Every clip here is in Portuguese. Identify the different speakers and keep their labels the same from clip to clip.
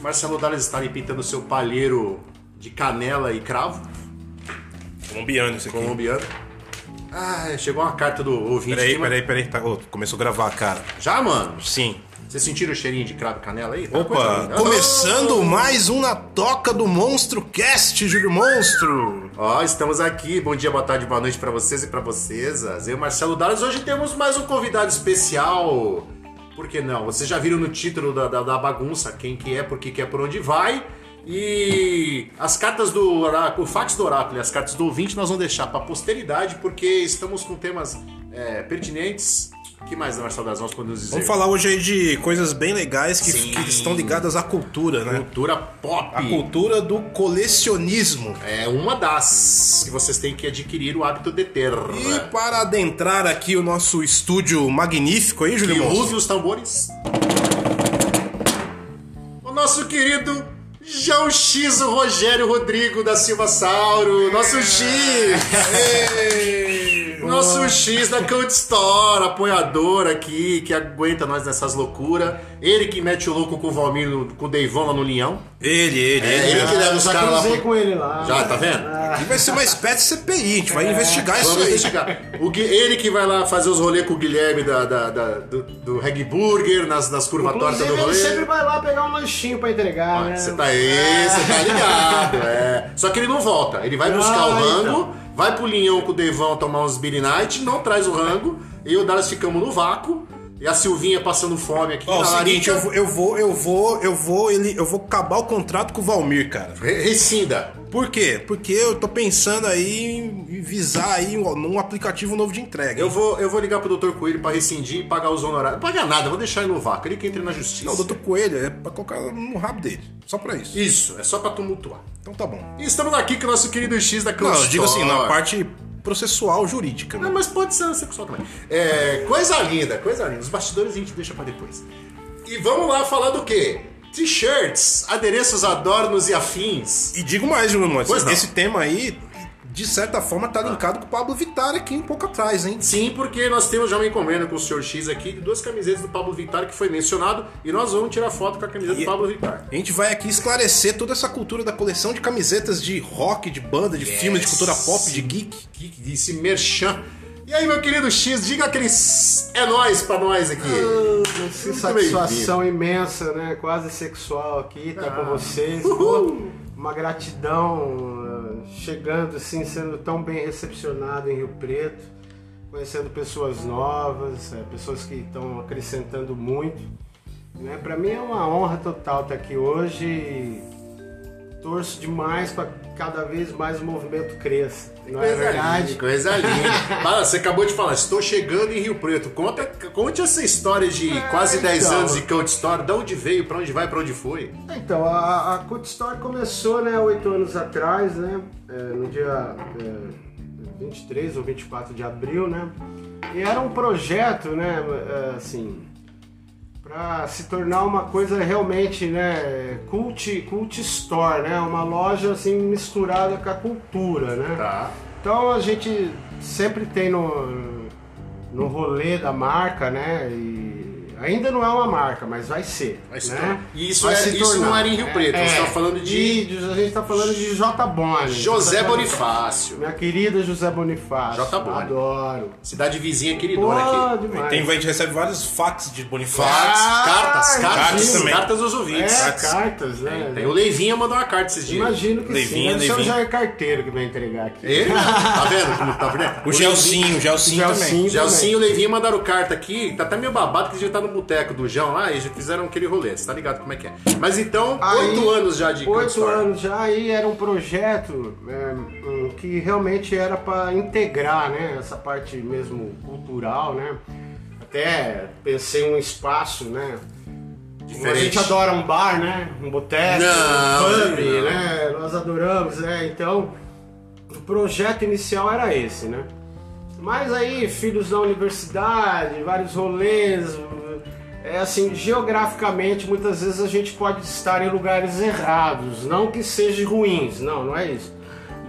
Speaker 1: Marcelo Dallas estarem pintando seu palheiro de canela e cravo
Speaker 2: Colombiano isso aqui.
Speaker 1: colombiano. Ah, chegou uma carta do ouvinte.
Speaker 2: Peraí,
Speaker 1: aqui, mas-
Speaker 2: peraí, peraí. Tá, ô, começou a gravar, cara.
Speaker 1: Já, mano?
Speaker 2: Sim.
Speaker 1: Vocês sentiram o cheirinho de cravo e canela aí? Tá uma coisa
Speaker 2: Opa,
Speaker 1: linda.
Speaker 2: começando mais um Na Toca do Monstro Cast, Júlio Monstro.
Speaker 1: Ó, estamos aqui. Bom dia, boa tarde, boa noite pra vocês e pra vocês. Eu, Marcelo Dallas, hoje temos mais um convidado especial. Por que não? Vocês já viram no título da, da, da bagunça quem que é, por que que é, por onde vai. E as cartas do oráculo, o fax do oráculo e as cartas do ouvinte nós vamos deixar pra posteridade, porque estamos com temas é, pertinentes. O que mais, Marcelo Dallas, nós podemos dizer?
Speaker 2: Vamos falar hoje aí de coisas bem legais que,
Speaker 1: Sim.
Speaker 2: que estão ligadas à cultura, né?
Speaker 1: Cultura pop.
Speaker 2: A cultura do colecionismo.
Speaker 1: É uma das que vocês têm que adquirir o hábito de ter.
Speaker 2: E para adentrar aqui o nosso estúdio magnífico aí, Júlio
Speaker 1: Que
Speaker 2: Monstro.
Speaker 1: use os tambores. O nosso querido João X, o Rogério Rodrigo da Silva Sauro. Nosso X. É. Nosso X da Code Store, apoiador aqui, que aguenta nós nessas loucuras. Ele que mete o louco com o Valmir, no- com o Deivão lá no Leão.
Speaker 2: Ele, ele,
Speaker 1: É,
Speaker 2: ele.
Speaker 1: ele que leva os
Speaker 3: Já
Speaker 1: caras lá.
Speaker 3: cruzei
Speaker 1: pro-
Speaker 3: com ele lá. É.
Speaker 1: Já, tá vendo?
Speaker 2: Aqui vai ser uma espécie de CPI, a gente vai É. investigar isso
Speaker 1: Vamos
Speaker 2: aí.
Speaker 1: investigar. O Gui- ele que vai lá fazer os rolês com o Guilherme da, da- da- do, do Reg Burger, nas, nas curvatórias do
Speaker 3: Inclusive, ele
Speaker 1: rolê.
Speaker 3: sempre vai lá pegar um lanchinho pra entregar, né?
Speaker 1: Você tá aí, você tá ligado, é. Só que ele não volta. Ele vai buscar o
Speaker 2: então.
Speaker 3: Ah,
Speaker 1: rango, vai pro linhão com o Devão tomar uns Billy Night, não traz o rango. Eu e o Dallas ficamos no vácuo. E a Silvinha passando fome aqui
Speaker 2: Ó, o
Speaker 1: na
Speaker 2: seguinte,
Speaker 1: larica.
Speaker 2: eu vou, eu vou, eu vou, eu vou, ele, eu vou acabar o contrato com o Valmir, cara.
Speaker 1: Re- Rescinda.
Speaker 2: Por quê? Porque eu tô pensando aí em visar aí um- num aplicativo novo de entrega.
Speaker 1: Eu vou, eu vou ligar pro Dr. Coelho pra rescindir e pagar os honorários. Não paga nada, eu vou deixar ele no vácuo. Ele que entre na justiça.
Speaker 2: Não, o Dr. Coelho é pra colocar no rabo dele. Só pra isso.
Speaker 1: Isso, é só pra tumultuar.
Speaker 2: Então tá bom.
Speaker 1: E estamos aqui com o nosso querido X da
Speaker 2: Não,
Speaker 1: Cloud
Speaker 2: eu digo assim, na
Speaker 1: Store.
Speaker 2: parte processual jurídica. né?
Speaker 1: Não, Ah, mas pode ser sexual também. É, coisa linda, coisa linda. Os bastidores a gente deixa pra depois. E vamos lá falar do quê? T-shirts, adereços, adornos e afins.
Speaker 2: E digo mais, Júlio Montes,
Speaker 1: Pois não.
Speaker 2: esse tema aí, de certa forma, tá linkado com o Pablo Vittar aqui um pouco atrás, hein?
Speaker 1: Sim, porque nós temos já uma encomenda com o Sr. X aqui de duas camisetas do Pablo Vittar que foi mencionado e nós vamos tirar foto com a camiseta do
Speaker 2: é
Speaker 1: Pablo Vittar.
Speaker 2: A gente vai aqui esclarecer toda essa cultura da coleção de camisetas de rock, de banda, de filmes, de cultura pop, de geek.
Speaker 1: Que que disse merchan. E aí, meu querido X, diga aqueles é nóis pra nós aqui.
Speaker 3: Que
Speaker 1: Muito
Speaker 3: satisfação imensa, né? Quase sexual aqui, tá com vocês. Pô,
Speaker 1: Ah. Uhul.
Speaker 3: uma gratidão uh, chegando assim, sendo tão bem recepcionado em Rio Preto, conhecendo pessoas novas, eh, pessoas que estão acrescentando muito. Né? Para mim é uma honra total estar aqui hoje. e Torço demais para cada vez mais o movimento cresça. Não é
Speaker 1: Coisa
Speaker 3: verdade?
Speaker 1: linda, coisa linda. Fala, você acabou de falar, estou chegando em Rio Preto. Conta, conte essa história de quase 10
Speaker 3: então.
Speaker 1: anos de Count Story. De onde veio, pra onde vai, pra onde foi?
Speaker 3: Então, a, a Cult Story começou né, oito anos atrás, né? é, no dia é, 23 ou 24 de abril, né? E era um projeto, né? é, Assim, para se tornar uma coisa realmente, né? Cult, cult Store, né? Uma loja assim misturada com a cultura, né?
Speaker 1: Tá.
Speaker 3: Então a gente sempre tem no, no rolê da marca, né? E ainda não é uma marca, mas vai ser.
Speaker 1: Vai se tornar.
Speaker 3: né?
Speaker 1: E isso
Speaker 3: Vai
Speaker 1: é-
Speaker 3: se
Speaker 1: isso não
Speaker 3: tornar.
Speaker 1: era em Rio Preto, você tá falando de-
Speaker 3: E a gente tá falando de J. Boni.
Speaker 1: José Bonifácio.
Speaker 3: Minha querida José Bonifácio.
Speaker 1: J. Boni.
Speaker 3: Adoro.
Speaker 1: Cidade vizinha
Speaker 3: Pô,
Speaker 1: queridona aqui.
Speaker 3: demais.
Speaker 2: Tem, a gente recebe vários fax de Bonifácio.
Speaker 1: Fax,
Speaker 3: Ah,
Speaker 1: cartas, cartas,
Speaker 2: cartas também.
Speaker 1: cartas dos
Speaker 3: é,
Speaker 1: ouvintes.
Speaker 3: cartas, né?
Speaker 1: Tem o Leivinha mandou uma carta esses dias.
Speaker 3: Imagino que
Speaker 2: Levinha,
Speaker 3: sim. Deve ser o
Speaker 2: Levinha.
Speaker 3: Jair Carteiro que vai entregar aqui.
Speaker 1: Ele? Tá vendo como tá vendo?
Speaker 2: O Gelsinho, o Gelsinho
Speaker 3: O
Speaker 2: também.
Speaker 3: Gelsinho.
Speaker 1: Gelsinho e o Leivinho mandaram carta aqui, tá até meio babado que a gente tá no boteco do Jão lá e já fizeram aquele rolê, você tá ligado como é que é. Mas então,
Speaker 3: Aí,
Speaker 1: oito anos já de Cult
Speaker 3: Oito
Speaker 1: Store.
Speaker 3: anos já, aí era um projeto é, hum, que realmente era para integrar, né, essa parte mesmo cultural, né. Até pensei um espaço, né. A gente adora um bar, né, um boteco,
Speaker 1: Não,
Speaker 3: um pub,
Speaker 1: não.
Speaker 3: né, nós adoramos, né, então o projeto inicial era esse, né. Mas aí, filhos da universidade, vários rolês. É assim, geograficamente, muitas vezes a gente pode estar em lugares errados. Não que sejam ruins, não, não é isso.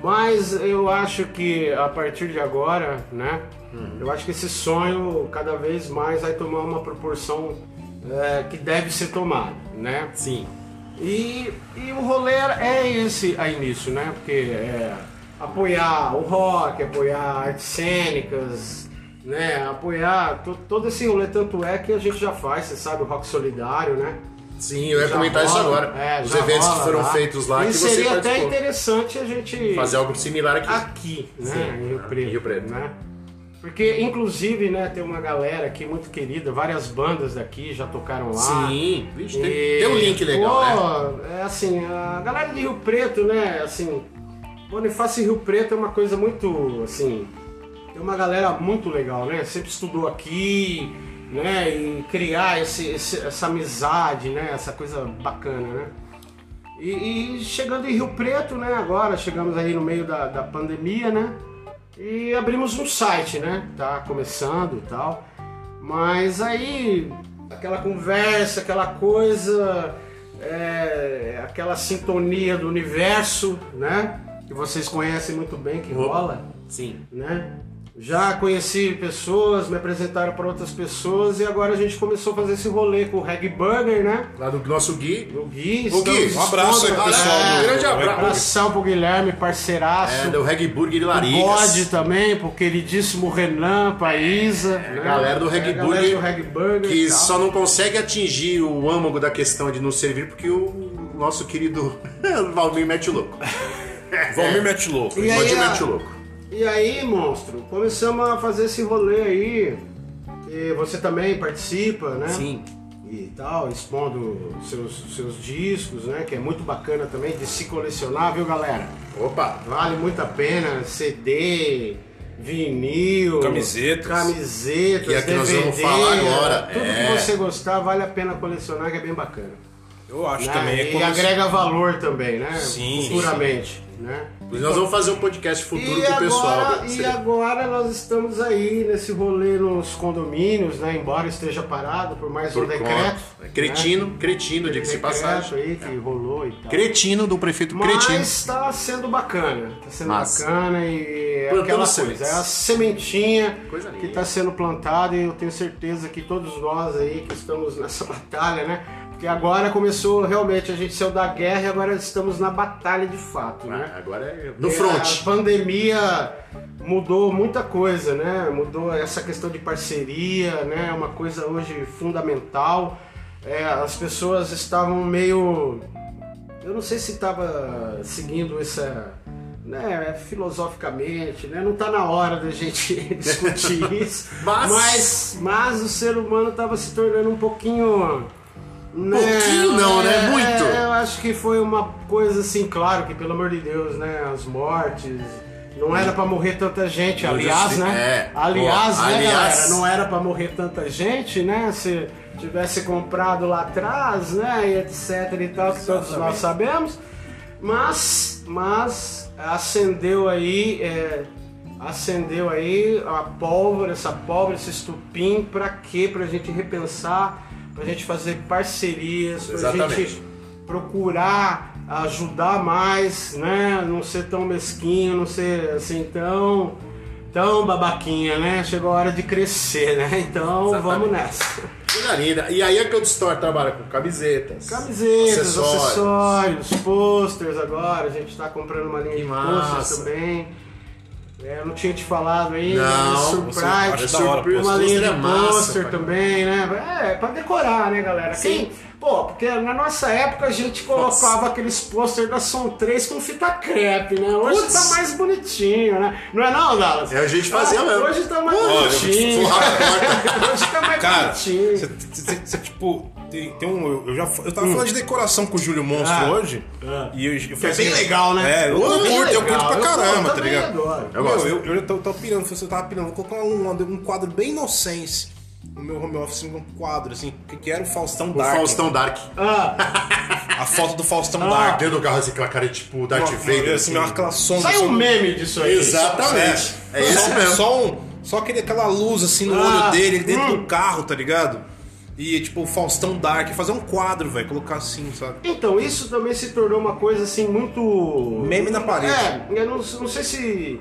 Speaker 3: Mas eu acho que a partir de agora, né?
Speaker 1: Hum.
Speaker 3: Eu acho que esse sonho cada vez mais vai tomar uma proporção é, que deve ser tomada, né?
Speaker 1: Sim.
Speaker 3: E, e o rolê era- é esse a início, né? Porque é apoiar o rock, apoiar artes cênicas, né? Apoiar to- todo esse rolê, tanto é que a gente já faz, você sabe, o rock solidário, né?
Speaker 1: Sim, eu ia
Speaker 3: Já
Speaker 1: comentar isso
Speaker 3: rola,
Speaker 1: agora.
Speaker 3: é,
Speaker 1: Os
Speaker 3: já
Speaker 1: eventos
Speaker 3: rola
Speaker 1: que foram
Speaker 3: lá.
Speaker 1: feitos lá
Speaker 3: e
Speaker 1: que você
Speaker 3: seria até
Speaker 1: participou.
Speaker 3: interessante a gente
Speaker 1: Fazer algo similar aqui.
Speaker 3: aqui, né?
Speaker 1: Sim,
Speaker 3: em Rio
Speaker 1: em
Speaker 3: Preto.
Speaker 1: Rio Preto.
Speaker 3: Né? Porque, inclusive, né, tem uma galera aqui muito querida, várias bandas daqui já tocaram lá.
Speaker 1: Sim, vixe, tem,
Speaker 3: E,
Speaker 1: tem um link legal, né?
Speaker 3: pô, É assim, a galera de Rio Preto, né? Assim, Bonifácio e Rio Preto é uma coisa muito, assim, tem uma galera muito legal, né? Sempre estudou aqui, né? E criar esse, esse- essa amizade, né? Essa coisa bacana, né? E, e chegando em Rio Preto, né? Agora chegamos aí no meio da, da pandemia, né? E abrimos um site, né? Tá começando e tal. Mas aí, aquela conversa, aquela coisa, é, aquela sintonia do universo, né? Que vocês conhecem muito bem, que
Speaker 1: Opa.
Speaker 3: rola
Speaker 1: Sim.
Speaker 3: né? Já conheci pessoas, me apresentaram para outras pessoas e agora a gente começou a fazer esse rolê com o Reg Burger, né?
Speaker 1: Lá do nosso Gui.
Speaker 3: O Gui,
Speaker 1: Ô, Gui,
Speaker 3: estamos
Speaker 2: Um abraço aí,
Speaker 3: todos-
Speaker 2: pessoal.
Speaker 1: É,
Speaker 2: do-
Speaker 1: grande
Speaker 2: do-
Speaker 1: abraço.
Speaker 3: Abração pro Guilherme, parceiraço.
Speaker 1: É, do Regburg de
Speaker 3: Pro Bode
Speaker 1: Larigas.
Speaker 3: também, pro queridíssimo Renan, pra Isa. né?
Speaker 1: galera do
Speaker 3: É,
Speaker 1: Reg
Speaker 3: galera
Speaker 1: Burger,
Speaker 3: do Reg Burger e
Speaker 1: Que
Speaker 3: tal.
Speaker 1: só não consegue atingir o âmago da questão de não servir porque o nosso querido Valmir mete o louco.
Speaker 2: Vamos me mete louco.
Speaker 3: é. E aí,
Speaker 1: Valmir
Speaker 3: a-
Speaker 1: mete o louco.
Speaker 3: E aí, monstro, começamos a fazer esse rolê aí. E você também participa, né?
Speaker 1: Sim.
Speaker 3: e tal, expondo seus, seus discos, né? Que é muito bacana também de se colecionar, viu galera?
Speaker 1: Opa.
Speaker 3: Vale muito a pena, CD, vinil,
Speaker 2: Camisetas.
Speaker 3: camisetas,
Speaker 1: Que é que nós
Speaker 3: DVD,
Speaker 1: vamos falar agora.
Speaker 3: Tudo
Speaker 1: É.
Speaker 3: que você gostar, vale a pena colecionar, que é bem bacana.
Speaker 2: Eu acho
Speaker 3: né?
Speaker 2: também. É
Speaker 3: e
Speaker 2: como
Speaker 3: agrega valor também, né?
Speaker 2: Sim,
Speaker 3: Futuramente, né?
Speaker 1: Nós vamos fazer um podcast futuro
Speaker 3: E
Speaker 1: com o pessoal.
Speaker 3: agora, e agora nós estamos aí nesse rolê nos condomínios, né? Embora esteja parado por mais um
Speaker 1: Por
Speaker 3: decreto.
Speaker 1: conta.
Speaker 3: né?
Speaker 1: Cretino, cretino, diga-se de
Speaker 3: decreto
Speaker 1: passagem. É.
Speaker 3: aí que rolou e tal.
Speaker 1: Cretino do prefeito Cretino.
Speaker 3: Mas tá sendo bacana. Tá sendo
Speaker 1: Massa.
Speaker 3: bacana e é
Speaker 1: Plantando
Speaker 3: aquela
Speaker 1: sementes.
Speaker 3: coisa. É a sementinha
Speaker 1: Coisa linda.
Speaker 3: que tá sendo plantada e eu tenho certeza que todos nós aí que estamos nessa batalha, né? Porque agora começou realmente, a gente saiu da guerra e agora estamos na batalha de fato, né?
Speaker 1: Ah, Agora é no
Speaker 3: É,
Speaker 1: front.
Speaker 3: A pandemia mudou muita coisa, né? Mudou essa questão de parceria, né? É uma coisa hoje fundamental. É, as pessoas estavam meio. Eu não sei se estava seguindo essa. Né, filosoficamente, né? Não tá na hora da gente discutir isso.
Speaker 1: Mas-
Speaker 3: mas, mas o ser humano estava se tornando um pouquinho. né,
Speaker 1: Pouquinho não, né?
Speaker 3: é,
Speaker 1: Muito.
Speaker 3: é, eu acho que foi uma coisa assim, claro que pelo amor de Deus, né? As mortes. Não era pra morrer tanta gente,
Speaker 1: Meu
Speaker 3: aliás,
Speaker 1: Deus,
Speaker 3: né?
Speaker 1: é.
Speaker 3: Aliás,
Speaker 1: Pô,
Speaker 3: né,
Speaker 1: aliás.
Speaker 3: galera? Não era pra morrer tanta gente, né? Se tivesse comprado lá atrás, né? E etc e tal, que todos nós sabemos. Mas, mas, acendeu aí, é, acendeu aí a pólvora, essa pólvora, esse estupim, pra quê? Pra gente repensar, pra gente fazer parcerias, pra
Speaker 1: Exatamente.
Speaker 3: gente procurar ajudar mais, né? Não ser tão mesquinho, não ser assim tão tão babaquinha, né? Chegou a hora de crescer, né? Então
Speaker 1: Exatamente.
Speaker 3: vamos nessa.
Speaker 1: Coisa linda. E aí é a Code Store trabalha com camisetas.
Speaker 3: Camisetas,
Speaker 1: acessórios.
Speaker 3: acessórios, posters agora, a gente tá comprando uma linha
Speaker 1: Que
Speaker 3: de
Speaker 1: massa.
Speaker 3: posters também. É, eu não tinha te falado ainda,
Speaker 1: Não,
Speaker 3: mas
Speaker 1: você-
Speaker 3: surprise,
Speaker 2: acho da hora,
Speaker 3: surprise, uma
Speaker 1: pô,
Speaker 3: linha
Speaker 1: pôster é
Speaker 3: de
Speaker 1: massa,
Speaker 3: pôster
Speaker 1: pai.
Speaker 3: também, né? É, pra decorar, né, galera?
Speaker 1: Sim.
Speaker 3: Quem- pô, porque na nossa época a gente colocava
Speaker 1: Nossa.
Speaker 3: aqueles pôster da Som 3 com fita crepe, né? Hoje
Speaker 1: Putz.
Speaker 3: tá mais bonitinho, né? Não é não, Dallas?
Speaker 1: É, a gente fazia mesmo.
Speaker 3: Hoje tá mais
Speaker 1: Pô,
Speaker 2: eu vou te
Speaker 3: bonitinho.
Speaker 1: forrar
Speaker 3: hoje tá mais
Speaker 2: Cara,
Speaker 3: bonitinho. Hum.
Speaker 2: você- você você, tipo. Tem, tem um, eu, eu já, eu tava falando de decoração com o Júlio Monstro
Speaker 3: Ah.
Speaker 2: hoje. E eu, eu
Speaker 3: Que é
Speaker 2: falei
Speaker 3: bem
Speaker 2: assim,
Speaker 3: legal, né?
Speaker 2: É, eu,
Speaker 3: Pô,
Speaker 2: eu
Speaker 3: bem
Speaker 2: curto, eu
Speaker 3: legal.
Speaker 2: curto pra caramba, tá
Speaker 3: também
Speaker 2: ligado?
Speaker 3: adoro.
Speaker 1: Eu
Speaker 2: Meu,
Speaker 1: gosto.
Speaker 2: eu, eu, tô, tô pirando, eu tava pirando, vou colocar um, um quadro bem inocente no meu home office, um quadro, assim, que, que era o Faustão
Speaker 1: O
Speaker 2: Dark.
Speaker 1: Faustão Dark.
Speaker 3: Ah,
Speaker 2: A foto do Faustão Dark.
Speaker 1: Dentro do carro, assim, aquela cara tipo Darth
Speaker 2: Uma-
Speaker 1: Vader.
Speaker 2: Assim, aquela sombra.
Speaker 3: sai um
Speaker 2: sombra-
Speaker 3: meme disso aí.
Speaker 1: Exatamente.
Speaker 2: Exatamente.
Speaker 1: É isso
Speaker 2: só,
Speaker 1: mesmo.
Speaker 2: Só, um, só aquele, aquela luz assim no
Speaker 3: Ah,
Speaker 2: olho dele, ele dentro
Speaker 3: hum.
Speaker 2: do carro, tá ligado? E tipo, o Faustão Dark, fazer um quadro, velho, colocar assim, sabe?
Speaker 3: Então, isso também se tornou uma coisa assim muito.
Speaker 2: Meme na parede.
Speaker 3: É, eu não, não sei se.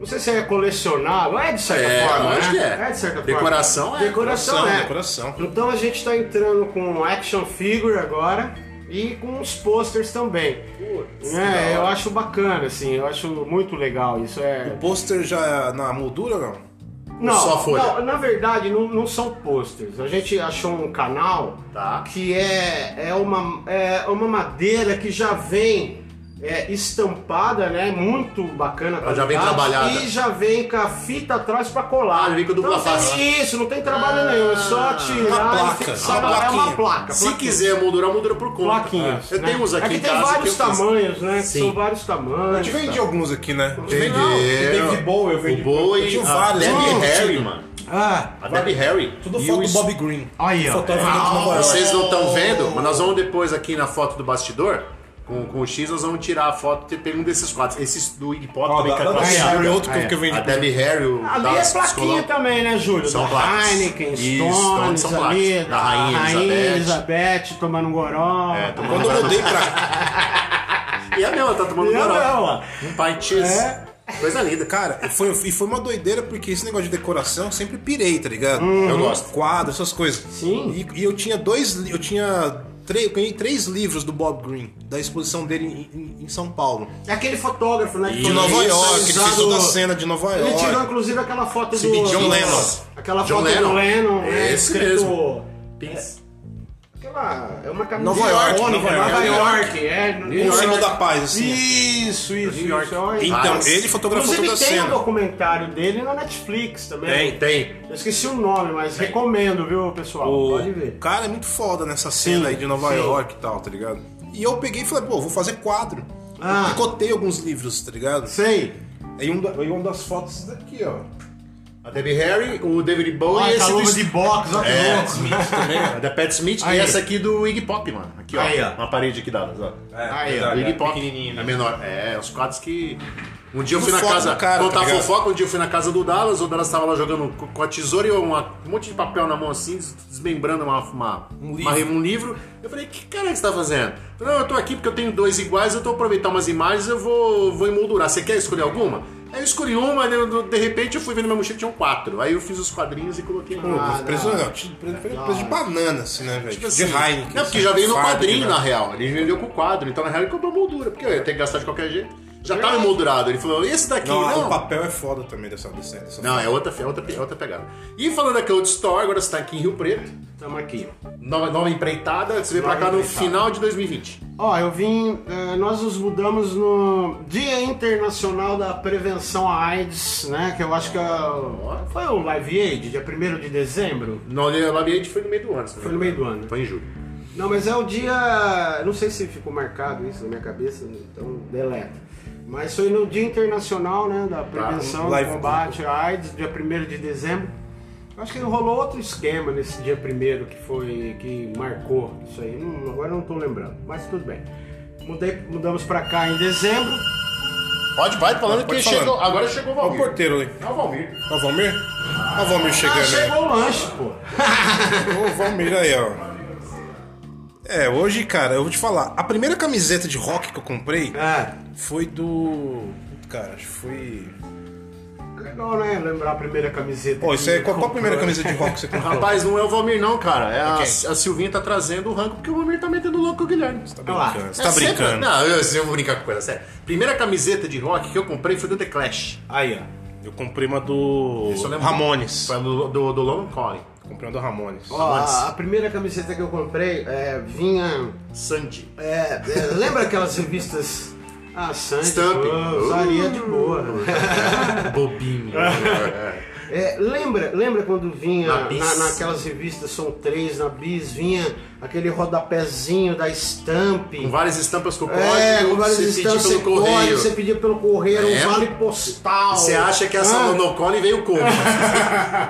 Speaker 3: Não sei se é colecionável, é de certa
Speaker 1: É,
Speaker 3: forma.
Speaker 1: lógico
Speaker 3: né?
Speaker 1: que é.
Speaker 3: de certa
Speaker 1: Decoração
Speaker 3: forma.
Speaker 1: é.
Speaker 2: né?
Speaker 3: Decoração é.
Speaker 2: decoração.
Speaker 3: Então a gente tá entrando com action um figure agora, e com uns posters também.
Speaker 1: Putz, que da
Speaker 3: É, eu
Speaker 1: hora.
Speaker 3: acho bacana, assim, eu acho muito legal. Isso é.
Speaker 2: O pôster já é na moldura não?
Speaker 3: Não,
Speaker 1: só a folha.
Speaker 3: não, na verdade, não, não são posters. A gente achou um canal
Speaker 1: Tá.
Speaker 3: que é, é, uma, é uma madeira que já vem é, estampada, né? Muito bacana. a
Speaker 1: Ela já vem
Speaker 3: qualidade,
Speaker 1: trabalhada.
Speaker 3: E já vem com a fita atrás pra colar.
Speaker 1: Ah, já vem com dupla
Speaker 3: Então, tem
Speaker 1: face. né?
Speaker 3: Isso, não tem trabalho nenhum. É só
Speaker 1: Ah,
Speaker 2: uma
Speaker 3: tirar e
Speaker 2: placa,
Speaker 3: fixar.
Speaker 2: uma
Speaker 3: é uma
Speaker 2: plaquinha.
Speaker 3: placa.
Speaker 1: Se
Speaker 3: plaquinha.
Speaker 1: quiser moldurar, moldura por conta.
Speaker 3: Plaquinhas.
Speaker 1: É. Eu
Speaker 3: né?
Speaker 1: tenho uns aqui
Speaker 3: é que
Speaker 1: em
Speaker 3: tem
Speaker 1: casa.
Speaker 3: vários
Speaker 1: que eu fiz.
Speaker 3: tamanhos, né?
Speaker 1: Sim.
Speaker 3: São vários tamanhos.
Speaker 2: A gente vende
Speaker 3: tá.
Speaker 2: alguns aqui, né?
Speaker 1: Vendeu.
Speaker 2: Vendeu. David Bowie, eu vendi.
Speaker 1: O Bowie,
Speaker 2: Eu tinha
Speaker 1: a
Speaker 2: vários.
Speaker 1: Debbie
Speaker 2: Não, eu
Speaker 1: Harry,
Speaker 2: tinha-
Speaker 1: mano.
Speaker 3: Ah,
Speaker 1: A Debbie Harry.
Speaker 2: Tudo
Speaker 1: E
Speaker 2: foto
Speaker 1: o
Speaker 2: do
Speaker 1: es-
Speaker 2: Bob Green.
Speaker 3: Aí, ó.
Speaker 2: Fotógrafo daqui de
Speaker 1: Ah,
Speaker 2: Nova York.
Speaker 1: vocês não estão vendo, mas nós vamos depois aqui na foto do bastidor. Com, com o X, nós vamos tirar a foto. Tem- Tem um desses quatro. Esses do Iggy Pop
Speaker 2: Ó,
Speaker 1: também
Speaker 2: da,
Speaker 1: que é
Speaker 2: da Debbie
Speaker 1: classificado.
Speaker 2: Harry, outro
Speaker 3: Ah, é.
Speaker 2: que eu vendi.
Speaker 1: A Debbie Harry, o
Speaker 3: Ali
Speaker 2: Tá,
Speaker 1: da-
Speaker 3: é plaquinha
Speaker 1: escolou-
Speaker 3: também, né, Júlio?
Speaker 1: São
Speaker 3: da
Speaker 1: placas.
Speaker 3: Heineken,
Speaker 1: Isso,
Speaker 3: Stones,
Speaker 1: são placas.
Speaker 3: ali,
Speaker 1: Da Rainha Elizabeth.
Speaker 3: Elizabeth, tomando um goró.
Speaker 1: É, tomando
Speaker 2: Quando eu mudei pra
Speaker 1: E a minha, tá tomando
Speaker 3: E a
Speaker 1: moral.
Speaker 3: minha,
Speaker 1: Um pintes.
Speaker 2: É.
Speaker 1: Coisa linda.
Speaker 2: Cara, foi, e foi uma doideira porque esse negócio de decoração eu sempre pirei, tá ligado?
Speaker 1: Eu gosto.
Speaker 2: Quadro, essas coisas.
Speaker 3: Uhum. Sim.
Speaker 2: E, e eu tinha dois. li- Eu tinha. Três, eu ganhei três livros do Bob Green, da exposição dele em, em- em São Paulo.
Speaker 3: É aquele fotógrafo, né? que
Speaker 2: Em
Speaker 1: Isso,
Speaker 3: foi
Speaker 2: Nova York, ele fez
Speaker 3: realizado-
Speaker 2: toda a cena de Nova
Speaker 3: Ele
Speaker 2: York.
Speaker 3: tirou, inclusive, aquela foto
Speaker 1: Sim,
Speaker 3: do...
Speaker 2: John
Speaker 3: do-
Speaker 2: Lennon.
Speaker 3: Aquela
Speaker 1: John
Speaker 3: foto
Speaker 1: Lennon.
Speaker 3: do Lennon. né,
Speaker 1: Esse
Speaker 3: escrito-
Speaker 1: mesmo. Pins.
Speaker 3: Aquela... É uma camisa...
Speaker 2: Nova York,
Speaker 3: icônica, né,
Speaker 2: Nova
Speaker 3: Nova
Speaker 2: York.
Speaker 3: York. É, New
Speaker 2: Um
Speaker 3: York.
Speaker 2: sinal da paz, assim.
Speaker 3: Isso, isso,
Speaker 1: York.
Speaker 3: isso. é uma-
Speaker 2: Então,
Speaker 1: Vários.
Speaker 2: ele fotografou
Speaker 3: Inclusive,
Speaker 2: toda a
Speaker 3: tem um
Speaker 2: cena.
Speaker 3: documentário dele na Netflix também.
Speaker 2: Tem.
Speaker 1: Tem.
Speaker 3: Eu esqueci o nome, mas recomendo, viu, pessoal? Pode
Speaker 2: O
Speaker 3: ver.
Speaker 2: cara é muito foda nessa cena aí de Nova
Speaker 3: sim.
Speaker 2: York e tal, tá ligado? E eu peguei e falei, pô, vou fazer quadro.
Speaker 3: Ah.
Speaker 2: Eu picotei alguns livros, tá ligado?
Speaker 3: Sei.
Speaker 2: Aí um, da- aí uma das fotos esse daqui, ó.
Speaker 1: A Debbie Harry, o David Bowie
Speaker 2: Ah,
Speaker 3: Olha
Speaker 1: e
Speaker 2: tá
Speaker 1: esse
Speaker 3: essa
Speaker 1: do
Speaker 3: luva de boxe, olha que
Speaker 1: É.
Speaker 3: louco.
Speaker 1: A da Pat Smith
Speaker 3: Aí.
Speaker 1: e essa aqui do Iggy Pop, mano. Aqui, ó.
Speaker 3: Aí, ó.
Speaker 1: Uma parede aqui dada, ó.
Speaker 2: É,
Speaker 3: Aí, ó,
Speaker 1: O
Speaker 2: verdade,
Speaker 1: Iggy
Speaker 2: é,
Speaker 1: Pop.
Speaker 2: pequenininho, né?
Speaker 1: É menor. É, os quadros que. Um dia eu fui na
Speaker 2: Fofoca
Speaker 1: casa.
Speaker 2: do cara,
Speaker 1: contar
Speaker 2: tá ligado?
Speaker 1: fofoca, um dia eu fui na casa do Dallas, o Dallas tava lá jogando co- com a tesoura e uma- um monte de papel na mão assim, des- desmembrando uma, uma,
Speaker 2: Um
Speaker 1: uma-
Speaker 2: livro.
Speaker 1: um livro. Eu falei, que cara que você tá fazendo? Eu falei, não, eu tô aqui porque eu tenho dois iguais, eu tô aproveitar umas imagens, eu vou, vou emoldurar. Você quer escolher alguma? Aí eu escolhi uma, né, eu- de repente eu fui ver na minha mochila tinham quatro. Aí eu fiz os quadrinhos e coloquei
Speaker 2: Pô,
Speaker 1: lá.
Speaker 2: mas preço, não, tipo, preço, preço de banana, assim, né, velho?
Speaker 1: Tipo
Speaker 2: de
Speaker 1: assim,
Speaker 2: Heineken.
Speaker 1: Não, porque
Speaker 2: assim,
Speaker 1: já veio no
Speaker 2: fardo,
Speaker 1: quadrinho,
Speaker 2: né?
Speaker 1: na real. Ele vendeu com o quadro, então na real ele comprou moldura, porque eu ia ter que gastar de qualquer jeito. Já tava
Speaker 3: Verdade.
Speaker 1: emoldurado. Ele falou, esse daqui
Speaker 2: Não,
Speaker 1: não.
Speaker 2: o papel é foda também dessa dessa, dessa
Speaker 1: Não, é outra, é outra, é outra pegada. E falando da Cloud Store, agora você tá aqui em Rio Preto,
Speaker 3: Tamo aqui.
Speaker 1: nova, nova empreitada, você veio pra
Speaker 3: Nova
Speaker 1: cá no
Speaker 3: empreitada.
Speaker 1: final de 2020.
Speaker 3: Ó, eu vim. eh, nós nos mudamos no Dia Internacional da Prevenção à AIDS, né? Que eu acho que é o- foi o Live Aid, dia 1 de dezembro.
Speaker 1: No Labiente foi no meio do ano. se não me
Speaker 3: Foi no meio do ano. né?
Speaker 1: engano. Foi em julho.
Speaker 3: Não, mas é o dia. Não sei se ficou marcado isso na minha cabeça, então deleta. Mas foi no Dia Internacional né, da
Speaker 2: Tá,
Speaker 3: Prevenção e
Speaker 2: um Live-
Speaker 3: Combate à AIDS, dia 1 de dezembro. Eu Acho que rolou outro esquema nesse dia 1 que foi. que marcou isso aí. Não- agora eu não tô lembrando, mas tudo bem. Mudei- mudamos pra cá em dezembro.
Speaker 1: Pode, vai falando
Speaker 2: Pode
Speaker 1: que
Speaker 2: falando.
Speaker 1: chegou. Agora chegou o
Speaker 2: Olha o
Speaker 1: Valmir.
Speaker 2: porteiro ali.
Speaker 1: É o Valmir.
Speaker 2: Ó o Valmir. Ó o Valmir
Speaker 3: Ah,
Speaker 2: chegando aí.
Speaker 3: chegou o lanche, pô.
Speaker 2: Ó o Valmir aí, ó. É, hoje, cara, eu vou te falar. A primeira camiseta de rock que eu comprei
Speaker 3: É.
Speaker 2: foi do. Cara, acho que foi.
Speaker 3: Legal, né? Lembrar a primeira camiseta.
Speaker 2: Pô,
Speaker 3: que
Speaker 2: isso aí, é
Speaker 3: eu
Speaker 2: qual, qual a
Speaker 3: comprei.
Speaker 2: primeira camiseta de rock que você comprou?
Speaker 1: Rapaz, não é o Valmir, não, cara. É a,
Speaker 2: quem?
Speaker 1: a Silvinha tá trazendo o ranco, porque o Valmir tá metendo louco com o Guilherme.
Speaker 2: Você tá
Speaker 3: Olha lá.
Speaker 2: brincando. Você
Speaker 1: É
Speaker 2: tá
Speaker 1: sempre-
Speaker 2: brincando.
Speaker 1: Não, eu, assim, eu vou brincar com coisa séria. Primeira camiseta de rock que eu comprei foi do The Clash.
Speaker 2: Aí, ó. Eu comprei uma do.
Speaker 1: Isso eu lembro.
Speaker 2: Ramones.
Speaker 1: Foi do, do, do Long Collin.
Speaker 2: Comprei uma do Ramones.
Speaker 3: Ó, a a primeira camiseta que eu comprei é, vinha
Speaker 1: Sandy.
Speaker 3: É, é, lembra aquelas revistas? Ah, Sandy,
Speaker 1: Stamp. Uh.
Speaker 3: pô, usaria de boa.
Speaker 1: Bobinho. É.
Speaker 3: É, lembra, lembra quando vinha
Speaker 1: Na Bis.
Speaker 3: na- naquelas revistas São Três, na Bis, vinha aquele rodapézinho da Stamp?
Speaker 1: com várias estampas com código,
Speaker 3: É, com várias
Speaker 1: você
Speaker 3: estampas,
Speaker 1: pedir
Speaker 3: você
Speaker 1: pelo correio.
Speaker 3: corre, você pedia pelo correio, era
Speaker 1: É.
Speaker 3: um vale postal.
Speaker 1: Você acha que essa
Speaker 3: Ah,
Speaker 1: monocole veio como?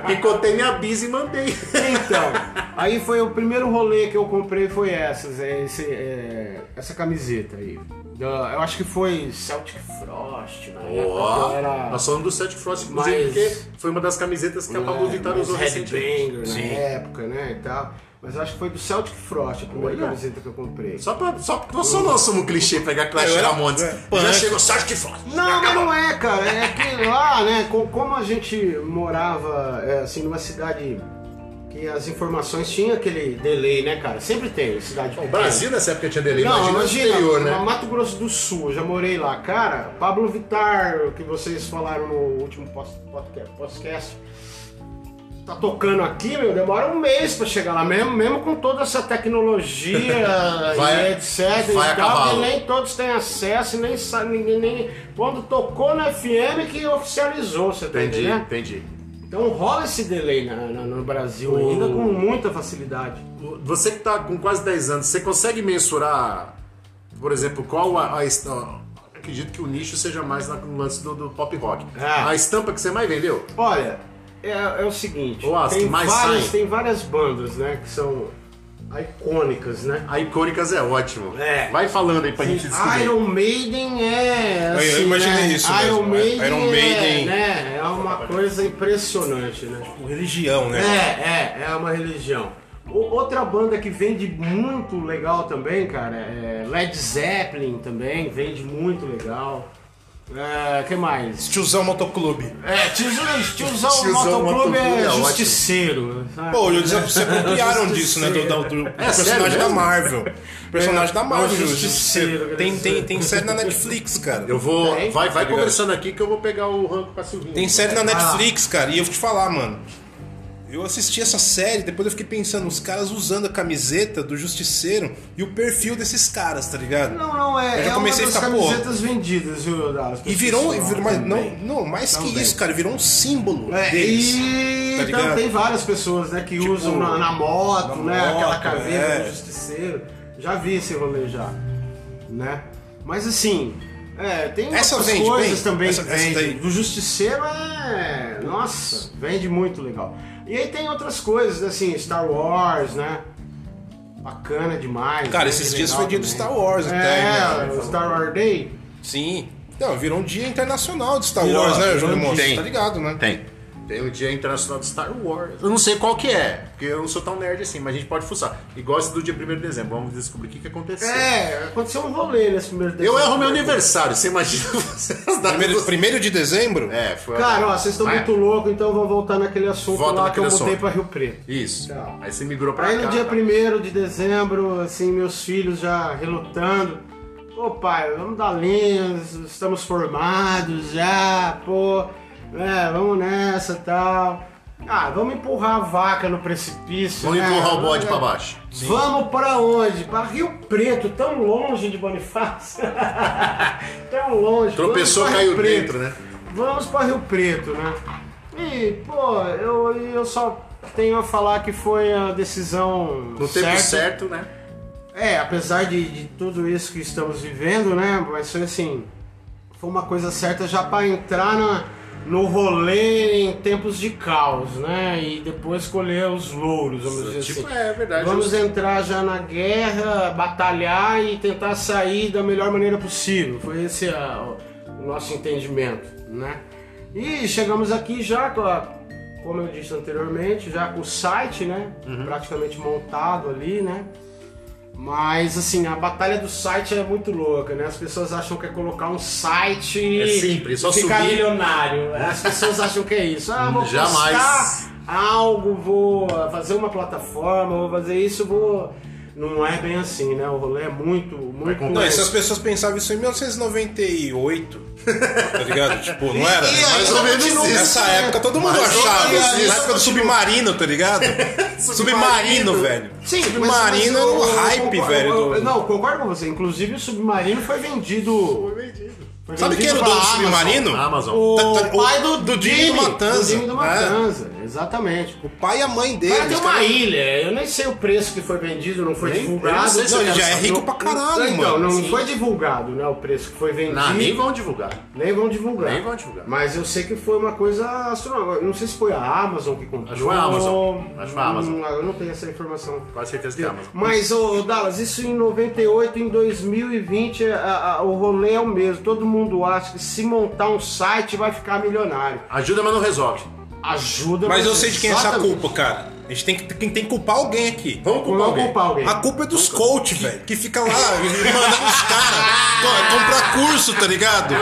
Speaker 1: Picotei minha bis e mandei.
Speaker 3: Então, aí foi o primeiro rolê que eu comprei foi essas, é, esse, é, essa camiseta aí. Da- Eu acho que foi Celtic Frost, na época
Speaker 1: Ó,
Speaker 3: que eu era...
Speaker 1: nós falamos do Seth Frost, inclusive,
Speaker 3: Mas-
Speaker 1: porque foi uma das camisetas
Speaker 3: Né,
Speaker 1: que a Pablo Vittar usou recentemente.
Speaker 3: Headbanger na época, né, e tal. Mas eu acho que foi do Celtic Frost a primeira
Speaker 1: Olha.
Speaker 3: camiseta que eu comprei.
Speaker 1: Só pra. Só, nós só nós somos um clichê pegar Clash
Speaker 2: Eu era-
Speaker 1: Ramones.
Speaker 2: é,
Speaker 1: Já
Speaker 2: punk.
Speaker 1: chegou Seth Frost.
Speaker 3: Não, mas não é, cara. É que lá, né, co- como a gente morava, é, assim, numa cidade que as informações tinham aquele delay, né, cara? Sempre tem, cidade
Speaker 1: O
Speaker 3: pequena.
Speaker 1: Brasil nessa época tinha delay,
Speaker 3: Não,
Speaker 1: imagina, o
Speaker 3: imagina,
Speaker 1: exterior,
Speaker 3: no
Speaker 1: né?
Speaker 3: Mato Grosso do Sul, eu já morei lá. Cara, Pablo Vittar, que vocês falaram no último pos- podcast, podcast, tá tocando aqui, meu, demora um mês pra chegar lá, mesmo, mesmo com toda essa tecnologia
Speaker 1: Vai-
Speaker 3: e etc.
Speaker 1: vai a
Speaker 3: e tal,
Speaker 1: cavalo.
Speaker 3: que nem todos têm acesso, nem sa- ninguém nem. Quando tocou na FM que oficializou, você tá
Speaker 1: Entendi,
Speaker 3: entendendo?
Speaker 1: entendi.
Speaker 3: Então rola esse delay na- na- no Brasil ainda com muita facilidade.
Speaker 1: Você que tá com quase 10 anos, você consegue mensurar, por exemplo, qual a, a est- ó, Acredito que o nicho seja mais na- no lance do, do pop rock.
Speaker 2: É.
Speaker 3: Ah.
Speaker 1: A estampa que você mais vendeu?
Speaker 3: Olha, é, é o seguinte,
Speaker 1: Ô, Astro,
Speaker 3: tem,
Speaker 1: mais
Speaker 3: várias,
Speaker 1: sai.
Speaker 3: tem várias bandas, né, que são icônicas, né?
Speaker 1: A Icônicas é ótimo.
Speaker 3: É.
Speaker 1: Vai falando aí pra gente descobrir.
Speaker 3: Iron Maiden é.
Speaker 2: Eu- eu
Speaker 3: Assim,
Speaker 2: imaginei
Speaker 3: né?
Speaker 2: isso
Speaker 3: Iron
Speaker 2: mesmo. é
Speaker 3: Maiden,
Speaker 2: Iron Maiden-
Speaker 3: É, né? é uma coisa impressionante, né?
Speaker 2: Religião, né?
Speaker 3: É, é, é uma religião. O- outra banda que vende muito legal também, cara, é Led Zeppelin também, vende muito legal. É, que mais?
Speaker 2: Tiozão Motoclube.
Speaker 3: É, tiozão, tiozão,
Speaker 1: Tiozão
Speaker 3: motoclube,
Speaker 1: motoclube
Speaker 3: é,
Speaker 1: é ótimo.
Speaker 3: justiceiro. sabe?
Speaker 2: Pô, eles se apropriaram disso, né? Do, do, do personagem
Speaker 1: sério
Speaker 2: da
Speaker 1: mesmo?
Speaker 2: Marvel. Personagem da Marvel.
Speaker 3: É o
Speaker 2: Justiceiro.
Speaker 3: Justiceiro,
Speaker 2: Tem,
Speaker 3: quer
Speaker 2: tem,
Speaker 3: dizer.
Speaker 2: tem série na Netflix, cara.
Speaker 1: Eu vou.
Speaker 3: Tem?
Speaker 1: Vai, vai
Speaker 2: Tá ligado?
Speaker 1: conversando aqui que eu vou pegar o ranco pra Silvinho.
Speaker 2: Tem série na
Speaker 3: Vai lá.
Speaker 2: Netflix, cara, e eu vou te falar, mano. Eu assisti essa série, depois eu fiquei pensando, os caras usando a camiseta do Justiceiro e o perfil desses caras, tá ligado?
Speaker 3: Não, não,
Speaker 2: Eu
Speaker 3: é,
Speaker 2: já
Speaker 3: é uma
Speaker 2: comecei a
Speaker 3: das
Speaker 2: ficar, pô.
Speaker 3: camisetas vendidas, viu, Dallas?
Speaker 2: E virou, e virou- mas não,
Speaker 3: Também.
Speaker 2: não, mais que
Speaker 3: Também.
Speaker 2: isso, cara, virou um símbolo
Speaker 3: É,
Speaker 2: deles.
Speaker 3: e
Speaker 2: tá
Speaker 3: então,
Speaker 2: ligado?
Speaker 3: tem várias pessoas né, que
Speaker 2: Tipo,
Speaker 3: usam na, na moto,
Speaker 2: na
Speaker 3: né?
Speaker 2: moto,
Speaker 3: aquela caveira
Speaker 2: é.
Speaker 3: do justiceiro. Já vi esse rolê já. Né? Mas assim, é, tem
Speaker 2: Essa
Speaker 3: outras
Speaker 2: vende
Speaker 3: coisas
Speaker 2: bem?
Speaker 3: também
Speaker 2: Essa-
Speaker 3: que
Speaker 2: essa
Speaker 3: vende.
Speaker 2: daí?
Speaker 3: do justiceiro é. Nossa, vende muito legal. E aí tem outras coisas, né, assim, Star Wars, né? Bacana demais.
Speaker 2: Cara,
Speaker 3: né,
Speaker 2: esses
Speaker 3: que
Speaker 2: dias
Speaker 3: legal
Speaker 2: foi dia do
Speaker 3: também.
Speaker 2: Star Wars
Speaker 3: é,
Speaker 2: até, né?
Speaker 3: o Star Wars Day.
Speaker 2: Sim. Não, virou um dia internacional de Star
Speaker 3: Virou,
Speaker 2: Wars, né,
Speaker 3: virou
Speaker 2: Júlio
Speaker 3: um
Speaker 2: Monstro?
Speaker 1: dia.
Speaker 2: Tá ligado, né?
Speaker 1: Tem. Tem o Dia Internacional de Star Wars. Eu não sei qual que é, porque eu não sou tão nerd assim, mas a gente pode fuçar. E gosta do dia 1 de dezembro. Vamos descobrir o que, que aconteceu.
Speaker 3: É, aconteceu um rolê nesse primeiro
Speaker 1: Eu erro meu
Speaker 3: nível.
Speaker 1: aniversário, você imagina você as datas
Speaker 2: Primeiro,
Speaker 1: do-
Speaker 2: primeiro de dezembro?
Speaker 1: É, foi.
Speaker 3: Cara, ó, vocês estão
Speaker 1: Vai.
Speaker 3: muito loucos, então vamos voltar naquele assunto
Speaker 1: Volta
Speaker 3: lá
Speaker 1: naquele
Speaker 3: que eu mudei
Speaker 1: assunto.
Speaker 3: pra Rio Preto.
Speaker 1: Isso.
Speaker 3: Tá.
Speaker 1: Aí você migrou pra
Speaker 3: Aí
Speaker 1: cá. tá.
Speaker 3: no dia 1 de dezembro, assim, meus filhos já relutando. Pô, pai, vamos dar linha, estamos formados já, pô, é, vamos nessa tal. Ah, vamos empurrar a vaca no precipício.
Speaker 1: Vamos
Speaker 3: né?
Speaker 1: empurrar o bode
Speaker 3: Vamos-
Speaker 1: pra baixo.
Speaker 3: Vamos pra onde? Pra Rio Preto, tão longe de Bonifácio. tão longe.
Speaker 1: Tropeçou,
Speaker 3: Vamos pra
Speaker 1: caiu
Speaker 3: Rio Preto.
Speaker 1: dentro, né?
Speaker 3: Vamos pra Rio Preto, né? E, pô, eu, eu só tenho a falar que foi a decisão
Speaker 1: No tempo
Speaker 3: certa.
Speaker 1: certo, né?
Speaker 3: É, apesar de, de tudo isso que estamos vivendo, né? Mas foi assim, foi uma coisa certa já pra entrar na- no rolê em tempos de caos, né? E depois colher os louros, vamos dizer
Speaker 1: Tipo,
Speaker 3: assim.
Speaker 1: é verdade.
Speaker 3: Vamos entrar já na guerra, batalhar e tentar sair da melhor maneira possível. Foi esse ah, o nosso entendimento, né? E chegamos aqui já com a- como eu disse anteriormente, já com o site, né?
Speaker 1: Uhum.
Speaker 3: Praticamente montado ali, né? Mas assim, a batalha do site é muito louca, né? As pessoas acham que é colocar um site e
Speaker 1: É simples, só
Speaker 3: ficar
Speaker 1: subir.
Speaker 3: milionário. As pessoas acham que é isso. Ah, vou
Speaker 1: Jamais.
Speaker 3: postar algo, vou fazer uma plataforma, vou fazer isso, vou. Não é bem assim, né? O rolê é muito, muito.
Speaker 2: Não, e se as pessoas pensavam isso em 1998, tá ligado? Tipo, não era?
Speaker 3: E
Speaker 1: Mais
Speaker 3: ainda
Speaker 1: ou menos
Speaker 3: continua-
Speaker 1: isso.
Speaker 2: Nessa época todo mundo
Speaker 1: Mas
Speaker 2: achava.
Speaker 1: todo mundo
Speaker 2: Na
Speaker 1: isso.
Speaker 2: época do submarino, tá ligado? submarino, velho.
Speaker 3: Sim, mas-
Speaker 2: submarino
Speaker 3: mas
Speaker 2: era o
Speaker 3: eu- eu
Speaker 2: hype,
Speaker 3: concordo-
Speaker 2: velho.
Speaker 3: eu- eu-
Speaker 2: do-
Speaker 3: Não, eu concordo com você. Inclusive, o submarino foi vendido. foi
Speaker 2: Sabe quem era o
Speaker 3: vendido
Speaker 2: dono
Speaker 3: pra
Speaker 2: do
Speaker 3: Amazon.
Speaker 2: submarino?
Speaker 1: Amazon. Ah,
Speaker 3: O
Speaker 2: Tá- tá- o-
Speaker 3: pai do,
Speaker 2: do Jimmy
Speaker 3: Jimmy
Speaker 2: Matanza.
Speaker 3: Do Jimmy do
Speaker 2: É.
Speaker 3: Matanza, exatamente.
Speaker 2: O pai e a mãe dele.
Speaker 3: Cara, tem
Speaker 2: os
Speaker 3: uma
Speaker 2: caras-
Speaker 3: ilha, eu nem sei o preço que foi vendido, não foi
Speaker 1: Nem-
Speaker 3: divulgado.
Speaker 1: eu não sei se
Speaker 2: Não, ele já é
Speaker 1: Sabe,
Speaker 2: rico
Speaker 1: eu-
Speaker 2: pra caralho,
Speaker 3: então,
Speaker 2: mano.
Speaker 3: não foi divulgado, né, o preço que foi vendido.
Speaker 1: Não, nem vão divulgar.
Speaker 3: Nem vão divulgar.
Speaker 1: Nem vão divulgar.
Speaker 3: Mas eu sei que foi uma coisa astronômica. Não sei se foi a Amazon que comprou.
Speaker 1: Acho que foi a Amazon. Acho que foi a Amazon.
Speaker 3: Hum, eu não tenho essa informação.
Speaker 1: Com certeza que é Amazon.
Speaker 3: Mas, ô Dallas, isso em 98, em 2020, é, a- a- o rolê é o mesmo. Todo mundo acha que se montar um site vai ficar milionário.
Speaker 1: Ajuda, mas não resolve.
Speaker 3: Ajuda
Speaker 2: Mas eu sei de quem é essa
Speaker 3: exatamente.
Speaker 2: culpa, cara. A gente tem que, tem que culpar alguém aqui.
Speaker 1: Vamos culpar
Speaker 3: Vamos
Speaker 1: alguém.
Speaker 3: culpar alguém.
Speaker 2: A culpa é dos coach, velho, que fica lá mandando os caras co- comprar curso, tá ligado?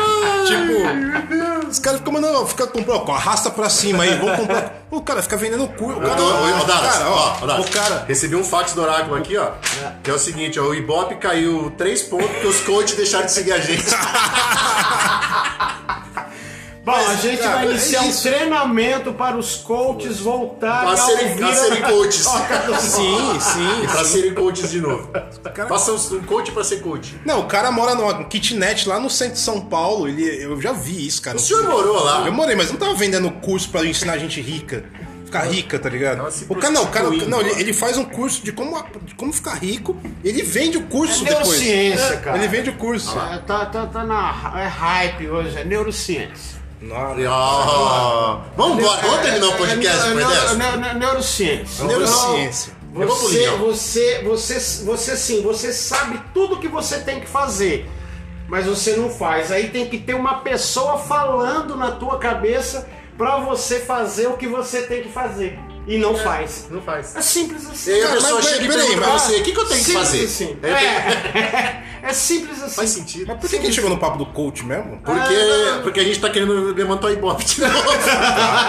Speaker 2: Tipo, os caras ficam mandando, ó, fica comprando, ó, arrasta pra cima aí, vamos comprar. O cara fica vendendo curso. O cara,
Speaker 1: Ô, ô, ô, Dallas,
Speaker 2: cara,
Speaker 1: ó,
Speaker 2: ó,
Speaker 1: ó, Dallas,
Speaker 2: o cara.
Speaker 1: Recebi um fax do Oráculo aqui, ó. Que é o seguinte, ó, o Ibope caiu 3 pontos porque os coaches deixaram de seguir a gente.
Speaker 3: Bom, a gente
Speaker 2: cara,
Speaker 3: vai
Speaker 2: é
Speaker 3: iniciar um
Speaker 2: isso.
Speaker 3: treinamento para os coaches voltarem
Speaker 1: Pra
Speaker 3: a
Speaker 1: serem-
Speaker 3: ouvir
Speaker 1: pra serem
Speaker 3: a
Speaker 1: coaches.
Speaker 3: toca do Sim.
Speaker 2: Sim, sim.
Speaker 1: pra serem coaches de novo.
Speaker 2: cara-
Speaker 1: Faça um- um coach pra ser coach.
Speaker 2: Não, o cara mora numa kitnet lá no centro de São Paulo. Ele, eu já vi isso, cara.
Speaker 1: O senhor morou lá?
Speaker 2: Eu morei, mas não tava vendendo curso pra ensinar gente rica. Ficar rica, tá ligado?
Speaker 1: Tava se
Speaker 2: O cara não, o cara
Speaker 1: prostituindo,
Speaker 2: não, ele,
Speaker 1: mano.
Speaker 2: ele faz um curso de como, de como ficar rico, ele vende o curso
Speaker 3: É
Speaker 2: depois.
Speaker 3: neurociência, cara.
Speaker 2: Ele vende o curso.
Speaker 3: É, Tá, tá, tá na é hype hoje, é neurociência.
Speaker 2: Nossa.
Speaker 1: Ó, "Ah, vamos embora, vamos terminar o podcast,
Speaker 3: é,
Speaker 1: por
Speaker 3: neuro-
Speaker 1: dessa? É
Speaker 3: neuro- neuro- Neurociência.
Speaker 2: Neurociência.
Speaker 1: Eu vou pro
Speaker 3: Você,
Speaker 1: Legião.
Speaker 3: você, você, você sim, você sabe tudo que você tem que fazer, mas você não faz. Aí tem que ter uma pessoa falando na tua cabeça pra você fazer o que você tem que fazer e não faz.
Speaker 1: Não faz.
Speaker 3: É simples assim.
Speaker 1: E aí a
Speaker 2: Cara,
Speaker 1: pessoa
Speaker 2: mas
Speaker 1: chega e
Speaker 2: peraí,
Speaker 1: pergunta pra
Speaker 2: mas-
Speaker 1: você, o que, que eu tenho que
Speaker 3: Simples
Speaker 1: fazer?
Speaker 3: assim.
Speaker 1: Aí eu tenho-
Speaker 3: É. É simples assim.
Speaker 1: Faz sentido.
Speaker 2: Mas por que, que a gente chegou no papo do coach mesmo?
Speaker 1: Porque, porque a gente tá querendo levantar o Ibope de novo.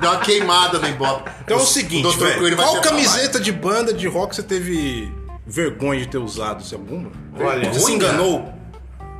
Speaker 1: Deu uma queimada no Ibope.
Speaker 2: Então é o seguinte,
Speaker 1: Dr.
Speaker 2: velho,
Speaker 1: Coelho vai
Speaker 2: qual
Speaker 1: tentar mais.
Speaker 2: camiseta de banda de rock você teve vergonha de ter usado? Você alguma?
Speaker 3: Olha,
Speaker 2: você se
Speaker 1: vergonha?
Speaker 2: enganou?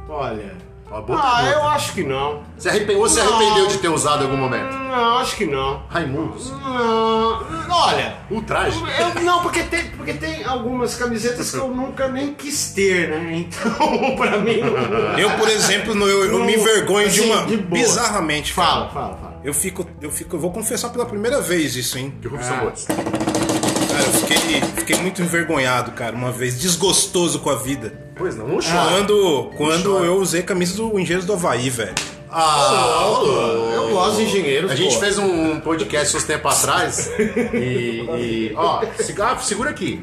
Speaker 3: Olha.
Speaker 1: Ó, boa
Speaker 3: Ah,
Speaker 1: pergunta.
Speaker 3: eu acho que não.
Speaker 1: Você arrependeu, ou se
Speaker 3: Não.
Speaker 1: arrependeu de ter usado em algum momento?
Speaker 3: Não, acho que não.
Speaker 1: Raimundos.
Speaker 3: Não. Olha.
Speaker 1: Ultraje.
Speaker 2: É.
Speaker 3: Eu- não, porque tem, porque tem algumas camisetas que eu nunca nem quis ter, né? Então, pra mim. Não...
Speaker 2: Eu, por exemplo, não- eu, eu me envergonho de
Speaker 3: Assim,
Speaker 2: uma.
Speaker 3: boa.
Speaker 2: bizarramente. cara.
Speaker 3: Fala, fala, fala.
Speaker 2: Eu fico, eu fico, eu vou confessar pela primeira vez isso, hein?
Speaker 1: Derruba os
Speaker 2: Cara, eu fiquei, fiquei muito envergonhado, cara, uma vez, desgostoso com a vida.
Speaker 1: Pois não, um não
Speaker 3: Ah.
Speaker 1: chora.
Speaker 2: Quando, quando
Speaker 1: Chora.
Speaker 2: eu usei camisa do Engenheiros do Havaí, velho.
Speaker 1: Ah, ô, louco.
Speaker 3: Eu gosto de engenheiros.
Speaker 1: A gente
Speaker 3: pô.
Speaker 1: fez um podcast uns tempos atrás e. e- ó, se- ah, segura aqui.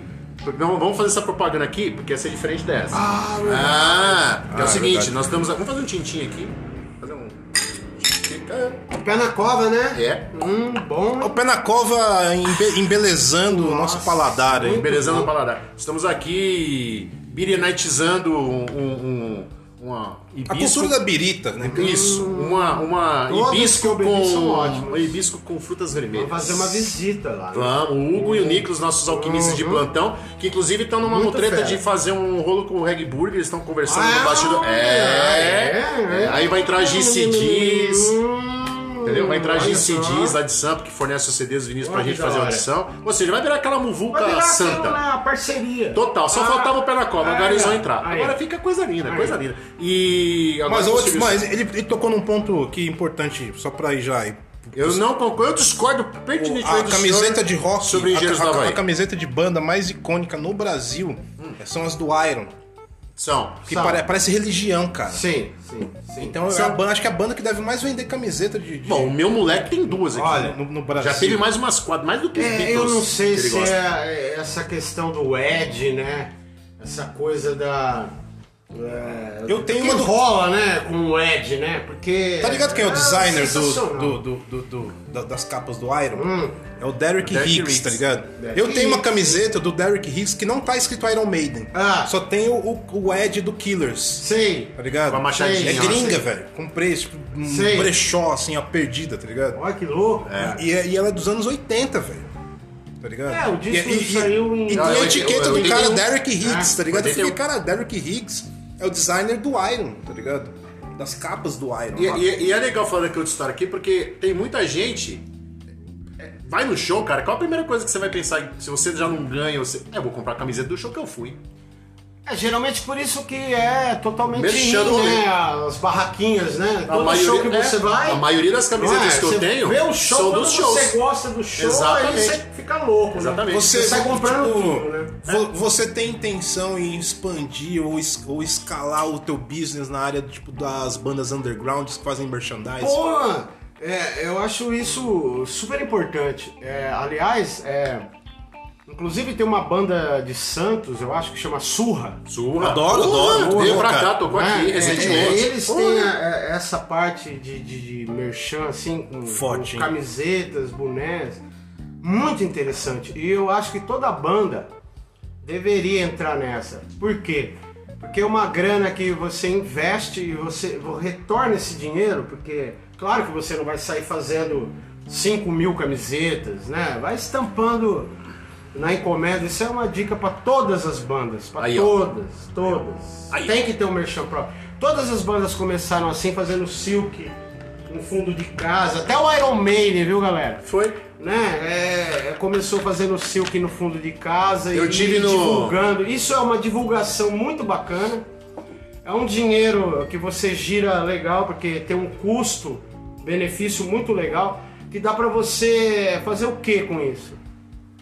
Speaker 1: Não, vamos fazer essa propaganda aqui, porque essa é diferente dessa. Ah, que é
Speaker 2: Ah,
Speaker 1: o seguinte,
Speaker 2: verdade.
Speaker 1: nós estamos. Vamos fazer um tintim aqui. Fazer um. tintim.
Speaker 3: Pé na cova, né?
Speaker 1: É.
Speaker 3: Hum, bom.
Speaker 2: O pé na cova embe- embelezando o nosso
Speaker 3: Nossa.
Speaker 2: paladar, É, hein?
Speaker 1: Belezando o paladar. Estamos aqui birenatizando um. um, um uma
Speaker 2: A
Speaker 1: hibisco.
Speaker 2: cultura da birita, né?
Speaker 1: Isso, uma, uma
Speaker 3: Todas que eu
Speaker 1: hibisco
Speaker 3: bebi são
Speaker 1: com.
Speaker 3: ótimas.
Speaker 1: um hibisco com frutas vermelhas.
Speaker 3: Vamos fazer uma visita lá. né?
Speaker 1: Vamos, o Hugo e o Nicolas, nossos alquimistas
Speaker 3: Uhum.
Speaker 1: de plantão, que inclusive estão numa
Speaker 3: Muito
Speaker 1: mutreta
Speaker 3: fera.
Speaker 1: de fazer um rolo com o Reg Burger, eles estão conversando
Speaker 3: Ah,
Speaker 1: no bastidor. É,
Speaker 3: é, é.
Speaker 1: é. Aí vai entrar a GCDs,
Speaker 3: Hum,
Speaker 1: entendeu? Vai entrar a
Speaker 3: olha
Speaker 1: GCDs
Speaker 3: só.
Speaker 1: lá de Sampa, que fornece os CDs vinis pra
Speaker 3: Olha
Speaker 1: gente
Speaker 3: que
Speaker 1: fazer a
Speaker 3: da hora.
Speaker 1: audição. Ou seja, vai virar aquela muvuca
Speaker 3: Vai virar
Speaker 1: santa.
Speaker 3: aquilo, né? A parceria.
Speaker 1: Total, só
Speaker 3: Ah,
Speaker 1: faltava o pé na cova, agora
Speaker 3: aí,
Speaker 1: eles vão entrar.
Speaker 3: aí.
Speaker 1: Agora fica coisa linda,
Speaker 3: Aí.
Speaker 1: coisa linda. E. Agora
Speaker 2: Mas,
Speaker 1: eu
Speaker 2: outro,
Speaker 1: consigo-
Speaker 2: mas ele, ele tocou num ponto que é importante, só pra ir já.
Speaker 1: Eu não concordo, eu discordo pertinentemente
Speaker 2: A
Speaker 1: do
Speaker 2: camiseta
Speaker 1: senhor
Speaker 2: de rock,
Speaker 1: sobre engenheiros
Speaker 2: a,
Speaker 1: da
Speaker 2: a,
Speaker 1: Havaí. Hum.
Speaker 2: a camiseta de banda mais icônica no Brasil são as do Iron,
Speaker 1: São.
Speaker 2: que
Speaker 3: São.
Speaker 2: pare- parece religião, cara.
Speaker 3: Sim, sim, sim.
Speaker 2: Então é a
Speaker 1: São-
Speaker 2: banda, acho que é a banda que deve mais vender camiseta de, de-
Speaker 1: Bom, o meu moleque tem duas aqui.
Speaker 3: Olha,
Speaker 2: no, no Brasil.
Speaker 1: Já teve mais umas quatro, mais do que os
Speaker 3: É,
Speaker 1: Beatles
Speaker 3: eu não sei
Speaker 1: que ele
Speaker 3: se
Speaker 1: gosta.
Speaker 3: é essa questão do Ed, né? Essa coisa da. é,
Speaker 2: Eu tenho
Speaker 3: que
Speaker 2: uma do-
Speaker 3: rola, né? Com o Ed, né? Porque.
Speaker 2: Tá ligado quem é o
Speaker 3: Ah,
Speaker 2: designer do,
Speaker 3: sensacional.
Speaker 2: do- do- do- do- da- das capas do Iron?
Speaker 3: Hum.
Speaker 2: É o Derek,
Speaker 1: Derek
Speaker 2: Hicks,
Speaker 1: Hicks.
Speaker 2: tá ligado?
Speaker 3: Derek
Speaker 2: eu tenho uma
Speaker 3: Hicks.
Speaker 2: camiseta do Derek Hicks que não tá escrito Iron Maiden.
Speaker 3: Ah.
Speaker 2: Só tem o, o, o Ed do Killers,
Speaker 3: Sei.
Speaker 2: tá ligado?
Speaker 1: Com a machadinha,
Speaker 2: É gringa,
Speaker 1: assim.
Speaker 2: velho. Comprei, tipo, um
Speaker 3: Sei.
Speaker 2: brechó, assim, ó, perdida, tá ligado?
Speaker 3: Olha que louco. cara.
Speaker 2: E, e ela é dos anos 80, velho. Tá ligado?
Speaker 3: É, o disco
Speaker 2: e, e-
Speaker 3: saiu em-
Speaker 2: E tem
Speaker 1: Ah,
Speaker 2: a
Speaker 1: eu-
Speaker 2: etiqueta
Speaker 1: eu- eu-
Speaker 2: do cara
Speaker 1: 81.
Speaker 2: Derek Hicks,
Speaker 3: É,
Speaker 2: tá ligado? Eu fiquei,
Speaker 1: 81.
Speaker 2: cara, Derek Hicks é o designer do Iron, tá ligado? Das capas do Iron.
Speaker 1: E, e- e é legal falar que eu estou aqui, porque tem muita gente. é, Vai no show, cara. Qual a primeira coisa que você vai pensar? Se você já não ganha, você. É, eu vou comprar a camiseta do show que eu fui.
Speaker 3: É geralmente por isso que é totalmente
Speaker 1: Mexendo no
Speaker 3: in, né?
Speaker 1: rolê.
Speaker 3: As barraquinhas, né? Todo show que
Speaker 1: é,
Speaker 3: você vai.
Speaker 1: A maioria das camisetas
Speaker 3: não é?
Speaker 1: que eu
Speaker 3: Você
Speaker 1: tenho
Speaker 3: Vê o show
Speaker 1: são
Speaker 3: quando
Speaker 1: dos shows.
Speaker 3: você gosta do show,
Speaker 1: Exatamente.
Speaker 3: aí você fica louco, né?
Speaker 1: Exatamente.
Speaker 3: Você sai comprando
Speaker 2: tipo,
Speaker 3: tudo, né?
Speaker 2: vo- Você tem intenção em expandir ou, es- ou escalar o teu business na área tipo, das bandas undergrounds que fazem merchandising?
Speaker 3: Porra! É, eu acho isso super importante. É, aliás, é, inclusive tem uma banda de Santos, eu acho que chama Surra.
Speaker 1: Surra.
Speaker 2: Adoro,
Speaker 1: Porra,
Speaker 2: adoro,
Speaker 1: Veio
Speaker 2: adoro,
Speaker 1: pra
Speaker 2: cara.
Speaker 1: cá, tocou
Speaker 3: né?
Speaker 1: aqui
Speaker 3: É, é,
Speaker 1: recentemente.
Speaker 3: eles têm é, é, essa parte de, de, de merchan, assim, com,
Speaker 2: Forte,
Speaker 3: com
Speaker 2: hein?
Speaker 3: camisetas, bonés. muito interessante. E eu acho que toda banda deveria entrar nessa. Por quê? Porque é uma grana que você investe e você retorna esse dinheiro, porque claro que você não vai sair fazendo 5 mil camisetas, né? Vai estampando na encomenda. Isso é uma dica para todas as bandas, para
Speaker 1: Aí, ó.
Speaker 3: todas, todas.
Speaker 1: Aí, ó.
Speaker 3: Tem que ter um merchan próprio. Todas as bandas começaram assim, fazendo silk, um fundo de casa, até o Iron Maiden, viu, galera?
Speaker 1: Foi?
Speaker 3: né? É, começou fazendo silk no fundo de casa
Speaker 1: Eu
Speaker 3: e
Speaker 1: tive no-
Speaker 3: divulgando. Isso é uma divulgação muito bacana. É um dinheiro que você gira legal porque tem um custo benefício muito legal que dá pra você fazer o que com isso?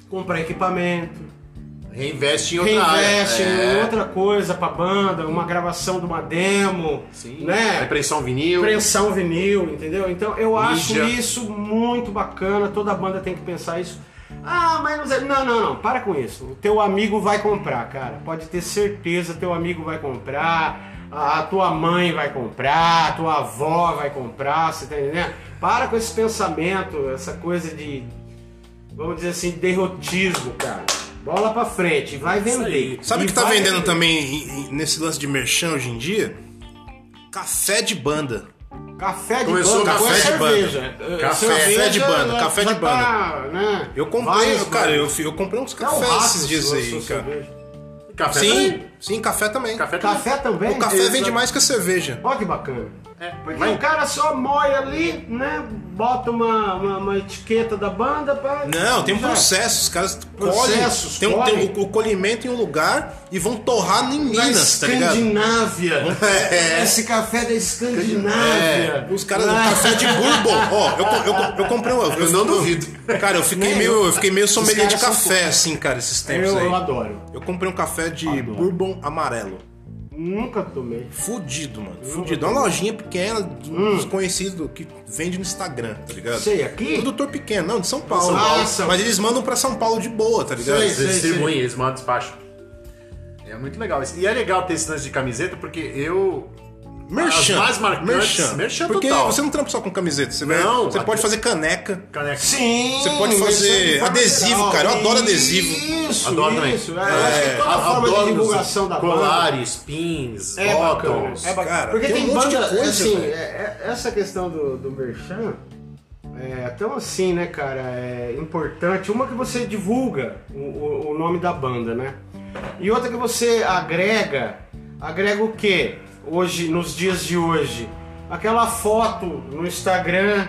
Speaker 3: Comprar equipamento,
Speaker 1: Reinveste em outra
Speaker 3: reinveste
Speaker 1: área. É.
Speaker 3: em outra coisa pra banda, uma gravação de uma demo,
Speaker 1: Sim.
Speaker 3: né?
Speaker 1: Vai prensar um vinil.
Speaker 3: prensar um vinil, entendeu? Então eu acho
Speaker 1: Mídia.
Speaker 3: isso muito bacana, toda banda tem que pensar isso. Ah, mas não, sei- não, não, não, para com isso. O teu amigo vai comprar, cara. Pode ter certeza, teu amigo vai comprar, a a tua mãe vai comprar, a tua avó vai comprar, você tá entendendo? Para com esse pensamento, essa coisa de, vamos dizer assim, derrotismo, cara. Bola pra frente, vai
Speaker 1: Isso aí.
Speaker 3: vender.
Speaker 2: Sabe o
Speaker 3: E
Speaker 2: que tá
Speaker 3: vai
Speaker 2: vendendo
Speaker 3: vender.
Speaker 2: também em- em- nesse lance de merchan hoje em dia? Café de banda.
Speaker 3: Café de
Speaker 1: Começou
Speaker 3: banda,
Speaker 1: café
Speaker 3: agora é
Speaker 1: de
Speaker 3: cerveja. Eh,
Speaker 1: Café
Speaker 3: cerveja
Speaker 2: de banda,
Speaker 3: já-
Speaker 2: café
Speaker 3: já
Speaker 2: de
Speaker 3: tá, né?
Speaker 2: Eu comprei,
Speaker 3: Várias
Speaker 2: cara, eu,
Speaker 3: bandas.
Speaker 2: eu comprei uns
Speaker 3: Dá um
Speaker 2: cafés
Speaker 3: rato
Speaker 2: esses dias
Speaker 3: sua-
Speaker 2: aí,
Speaker 3: sua
Speaker 2: cara.
Speaker 3: cerveja.
Speaker 1: Café também.
Speaker 2: Sim, sim, café também.
Speaker 1: Café também.
Speaker 3: Café também?
Speaker 2: O café
Speaker 3: Exato.
Speaker 2: vende mais que a cerveja.
Speaker 3: Olha que bacana.
Speaker 1: É,
Speaker 3: Porque
Speaker 1: vai.
Speaker 3: o cara só moia ali, né? Bota uma, uma, uma etiqueta da banda pra...
Speaker 2: Não, tem um
Speaker 3: Já.
Speaker 2: processo, os caras
Speaker 3: Processos,
Speaker 2: colhem, tem, um- tem
Speaker 3: colhem.
Speaker 2: o, o colhimento em um lugar e vão torrar em
Speaker 3: Na
Speaker 2: Minas, tá ligado?
Speaker 3: Escandinávia.
Speaker 2: É.
Speaker 3: Esse café da Escandinávia.
Speaker 2: Os caras do
Speaker 3: Ah,
Speaker 2: café de Bourbon, ó, eu, co- eu, co- eu comprei uma. Eu,
Speaker 1: não duvido.
Speaker 2: Cara, eu fiquei
Speaker 3: Nem
Speaker 2: meio,
Speaker 3: eu.
Speaker 2: eu fiquei meio sommelier
Speaker 3: Os
Speaker 2: de
Speaker 3: caras são
Speaker 2: café, assim, cara, esses tempos
Speaker 3: Eu, Ah,
Speaker 2: aí.
Speaker 3: eu adoro.
Speaker 2: Eu comprei um café de
Speaker 3: Adoro.
Speaker 2: bourbon amarelo.
Speaker 3: Nunca tomei.
Speaker 2: Fudido, mano. Fudido. É uma lojinha pequena, de um desconhecido que vende no Instagram, tá ligado?
Speaker 3: Sei, aqui?
Speaker 2: Produtor pequeno, não, de São Paulo.
Speaker 3: São Paulo. Nossa.
Speaker 2: Mas eles mandam pra São Paulo de boa, tá ligado?
Speaker 3: Sei,
Speaker 1: Eles
Speaker 3: sei.
Speaker 1: distribuem, eles mandam despacho. É muito legal isso. E é legal ter esse lance de camiseta, porque eu.
Speaker 2: Merchan.
Speaker 1: As mais marcantes.
Speaker 2: Merchan.
Speaker 1: Merchan
Speaker 2: Porque
Speaker 1: total.
Speaker 2: você não trampa só com camiseta. Você,
Speaker 1: Não,
Speaker 2: você
Speaker 1: até-
Speaker 2: pode fazer caneca.
Speaker 1: Caneca.
Speaker 3: Sim!
Speaker 2: né? Você pode
Speaker 3: mas
Speaker 2: fazer
Speaker 3: isso é de forma
Speaker 2: adesivo,
Speaker 3: geral.
Speaker 2: cara. Eu adoro adesivo.
Speaker 3: Isso,
Speaker 1: Adoro também.
Speaker 3: isso. É, eu acho que toda forma de divulgação da banda.
Speaker 1: colares, pins,
Speaker 3: É bacana.
Speaker 1: bottoms.
Speaker 3: É bacana.
Speaker 2: cara,
Speaker 3: Porque
Speaker 2: tem
Speaker 3: tem,
Speaker 2: um monte de
Speaker 3: banda,
Speaker 2: coisa,
Speaker 3: assim,
Speaker 2: velho.
Speaker 3: é- é- essa questão do, do merchan é tão assim, né, cara, é importante. Uma que você divulga o, o- o nome da banda, né? E outra que você agrega, agrega o quê? Hoje, nos dias de hoje, aquela foto no Instagram,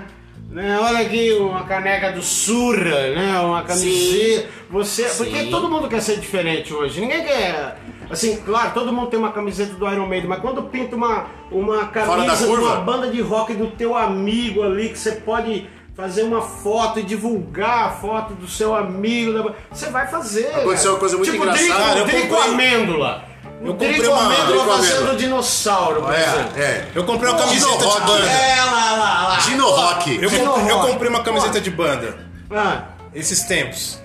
Speaker 3: né? Olha aqui, uma caneca do Sura, né? Uma camiseta. Você, porque
Speaker 1: Sim.
Speaker 3: todo todo mundo quer ser diferente hoje. Ninguém quer. Assim, claro, todo mundo tem uma camiseta do Iron Maiden, mas quando pinta uma, uma
Speaker 1: da
Speaker 3: camisa de
Speaker 1: curva?
Speaker 3: uma banda de rock do teu amigo ali, que você pode fazer uma foto e divulgar a foto do seu amigo, da- você vai fazer.
Speaker 1: Aconteceu
Speaker 3: cara.
Speaker 1: uma coisa muito
Speaker 3: tipo,
Speaker 1: engraçada.
Speaker 3: Drico-
Speaker 1: Cara, eu
Speaker 3: Drico
Speaker 2: comprei-
Speaker 3: Amêndola.
Speaker 2: Eu
Speaker 3: O Drico
Speaker 2: comprei uma-
Speaker 3: Amêndola
Speaker 1: Drico
Speaker 3: fazendo
Speaker 1: Amêndola.
Speaker 3: dinossauro, por exemplo.
Speaker 1: É, é.
Speaker 2: Eu comprei uma camiseta de
Speaker 1: Rock.
Speaker 2: banda.
Speaker 3: É, lá, lá, lá.
Speaker 1: Dino Rock.
Speaker 2: Eu,
Speaker 3: Dino
Speaker 2: comprei- eu
Speaker 3: Rock.
Speaker 2: comprei uma camiseta de banda.
Speaker 3: Ah,
Speaker 2: Esses tempos.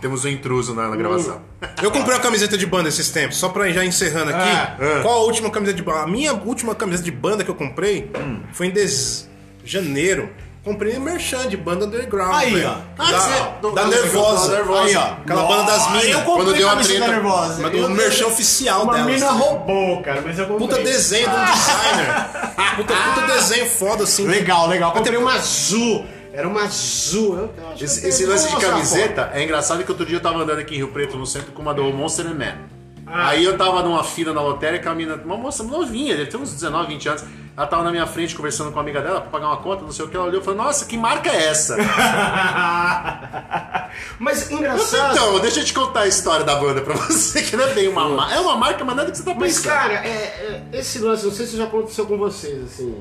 Speaker 1: Temos um intruso na, na gravação.
Speaker 2: Eu comprei uma camiseta de banda esses tempos, só pra já encerrando aqui.
Speaker 3: Ah,
Speaker 2: Qual a última camiseta de banda? A minha última camiseta de banda que eu comprei
Speaker 3: Hum.
Speaker 2: foi em des... janeiro. Comprei um merchan de banda underground.
Speaker 3: Aí,
Speaker 2: velho.
Speaker 3: ó.
Speaker 1: Ah,
Speaker 2: da,
Speaker 1: você- do-
Speaker 2: da
Speaker 1: do-
Speaker 2: Nervosa.
Speaker 1: da Nervosa.
Speaker 2: Aí, ó. Aquela banda das
Speaker 3: Nossa,
Speaker 2: minas.
Speaker 3: eu comprei
Speaker 2: Quando deu a
Speaker 3: camisa
Speaker 2: treta.
Speaker 3: da Nervosa.
Speaker 2: Mas do
Speaker 3: Eu-
Speaker 2: merchan oficial
Speaker 3: uma
Speaker 2: delas.
Speaker 3: mina roubou, cara, mas eu comprei.
Speaker 2: Puta desenho de um designer. Puta, puta desenho foda, assim.
Speaker 3: Ah. Legal, legal. Comprei uma azul. Era uma azul. Eu- eu acho que
Speaker 1: Esse,
Speaker 3: eu
Speaker 1: esse
Speaker 3: tenho-
Speaker 1: lance de
Speaker 3: Vamos mostrar
Speaker 1: camiseta é engraçado que outro dia eu tava andando aqui em Rio Preto no centro com uma do Monster and Man.
Speaker 3: Ah.
Speaker 1: Aí eu tava numa fila na lotérica, a mina, uma moça novinha, deve ter uns 19, 20 anos. Ela tava na minha frente conversando com uma amiga dela pra pagar uma conta, não sei o que. Ela olhou e falou: Nossa, que marca é essa?
Speaker 3: a foto. Mas
Speaker 1: Eu falei,
Speaker 3: engraçado.
Speaker 1: então, deixa eu te contar a história da banda pra você, que não tem uma marca. É uma marca, mas nada que você tá
Speaker 3: Mas,
Speaker 1: pensando.
Speaker 3: cara, é- é- esse lance, não sei se já aconteceu com vocês, assim.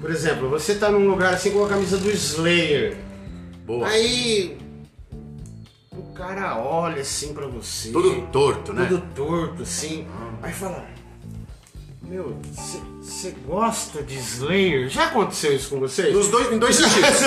Speaker 3: Por exemplo, você tá num lugar assim com a camisa do Slayer.
Speaker 1: Boa.
Speaker 3: Aí. O cara olha assim pra você.
Speaker 1: Todo torto, né?
Speaker 3: Todo torto, assim. Aí fala. Meu, você gosta de Slayer? Já aconteceu isso com vocês?
Speaker 1: Nos dois, em dois sentidos.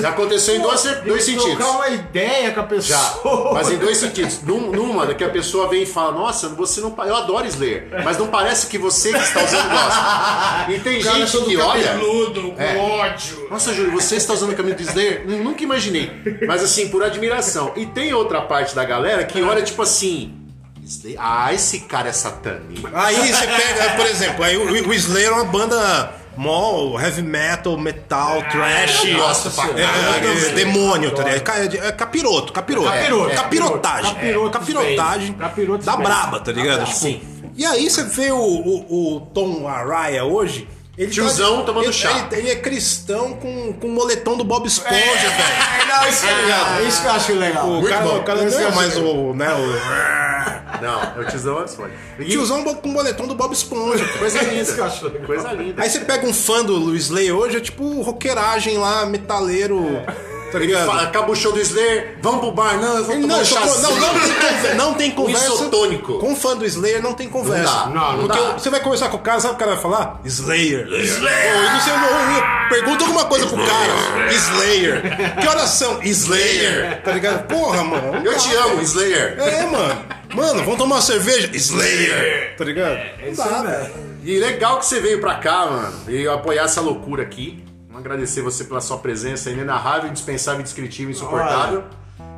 Speaker 1: Já aconteceu em dois,
Speaker 3: De
Speaker 1: dois sentidos.
Speaker 3: trocar uma ideia com a pessoa.
Speaker 1: Já. Mas em dois sentidos. Num- numa, que a pessoa vem e fala, nossa, você não. pa- Eu adoro Slayer. Mas não parece que você que está usando gosta. E tem
Speaker 2: cara
Speaker 1: gente
Speaker 2: todo
Speaker 1: que olha.
Speaker 2: cabeludo, com
Speaker 1: É.
Speaker 2: ódio.
Speaker 1: Nossa, Júlio, você está usando o caminho do Slayer? Eu Nunca imaginei. Mas assim, por admiração. E tem outra parte da galera que olha tipo assim. Slayer? Ah, esse cara é satânico.
Speaker 2: Aí você pega, por exemplo, aí o, o Slayer é uma banda mó heavy metal, metal,
Speaker 3: É,
Speaker 2: trash.
Speaker 1: eu gosto pra
Speaker 2: é,
Speaker 1: caralho.
Speaker 2: é, é, demônio, tá ligado? Ca- É, é capiroto, capiroto.
Speaker 3: Capiroto,
Speaker 2: É,
Speaker 3: é.
Speaker 2: capirotagem.
Speaker 3: Capiroto,
Speaker 2: É, capirotagem.
Speaker 3: bem. Capirotos
Speaker 2: da
Speaker 3: bem.
Speaker 2: braba, tá ligado?
Speaker 1: Ah,
Speaker 2: Tipo,
Speaker 1: sim.
Speaker 2: E aí você vê o, o- o Tom Araya hoje. Ele tá-
Speaker 1: Tiozão tomando
Speaker 2: ele-
Speaker 1: chá.
Speaker 2: Ele, ele é cristão com, com o moletom do Bob Esponja, velho. Tá
Speaker 3: É, não, isso que é legal. Isso que eu acho legal.
Speaker 2: O
Speaker 1: Muito
Speaker 2: cara,
Speaker 1: bom.
Speaker 2: o cara não é
Speaker 3: assim.
Speaker 2: mais o, né, o...
Speaker 1: Não, é eu te usando antes, mano.
Speaker 2: Tiozão com o moletom do Bob Esponja. pô.
Speaker 1: Coisa linda.
Speaker 3: Isso que eu acho legal.
Speaker 1: Coisa linda.
Speaker 2: Aí você pega um fã do Luiz Lay hoje, é tipo roqueiragem lá, metaleiro,
Speaker 3: É.
Speaker 2: tá
Speaker 1: Fala,
Speaker 2: ligado?
Speaker 1: Acabou o show do Slayer, vamos pro bar. Não, eu vou
Speaker 2: Ele
Speaker 1: tomar
Speaker 2: Não,
Speaker 1: um
Speaker 2: só- não,
Speaker 1: chazinho.
Speaker 2: não tem conversa. Não tem conversa.
Speaker 1: isotônico.
Speaker 2: Com fã do Slayer não tem conversa.
Speaker 1: Não dá,
Speaker 3: não
Speaker 2: Porque
Speaker 1: dá.
Speaker 2: você vai conversar com o cara, sabe o que o cara vai falar? Slayer. Slayer. Ou, não sei, ou- ou- pergunta alguma coisa pro cara. Slayer. Que horas são? Slayer. Tá ligado? Porra, mano.
Speaker 1: Eu te amo, Slayer.
Speaker 2: É, mano. Mano, vamos tomar uma cerveja? Slayer. Tá ligado? É,
Speaker 3: Isso aí, velho.
Speaker 1: E legal que você veio pra cá, mano, e apoiar essa loucura aqui. Vamos Agradecer você pela sua presença inenarrável, indispensável, indescritível, insuportável.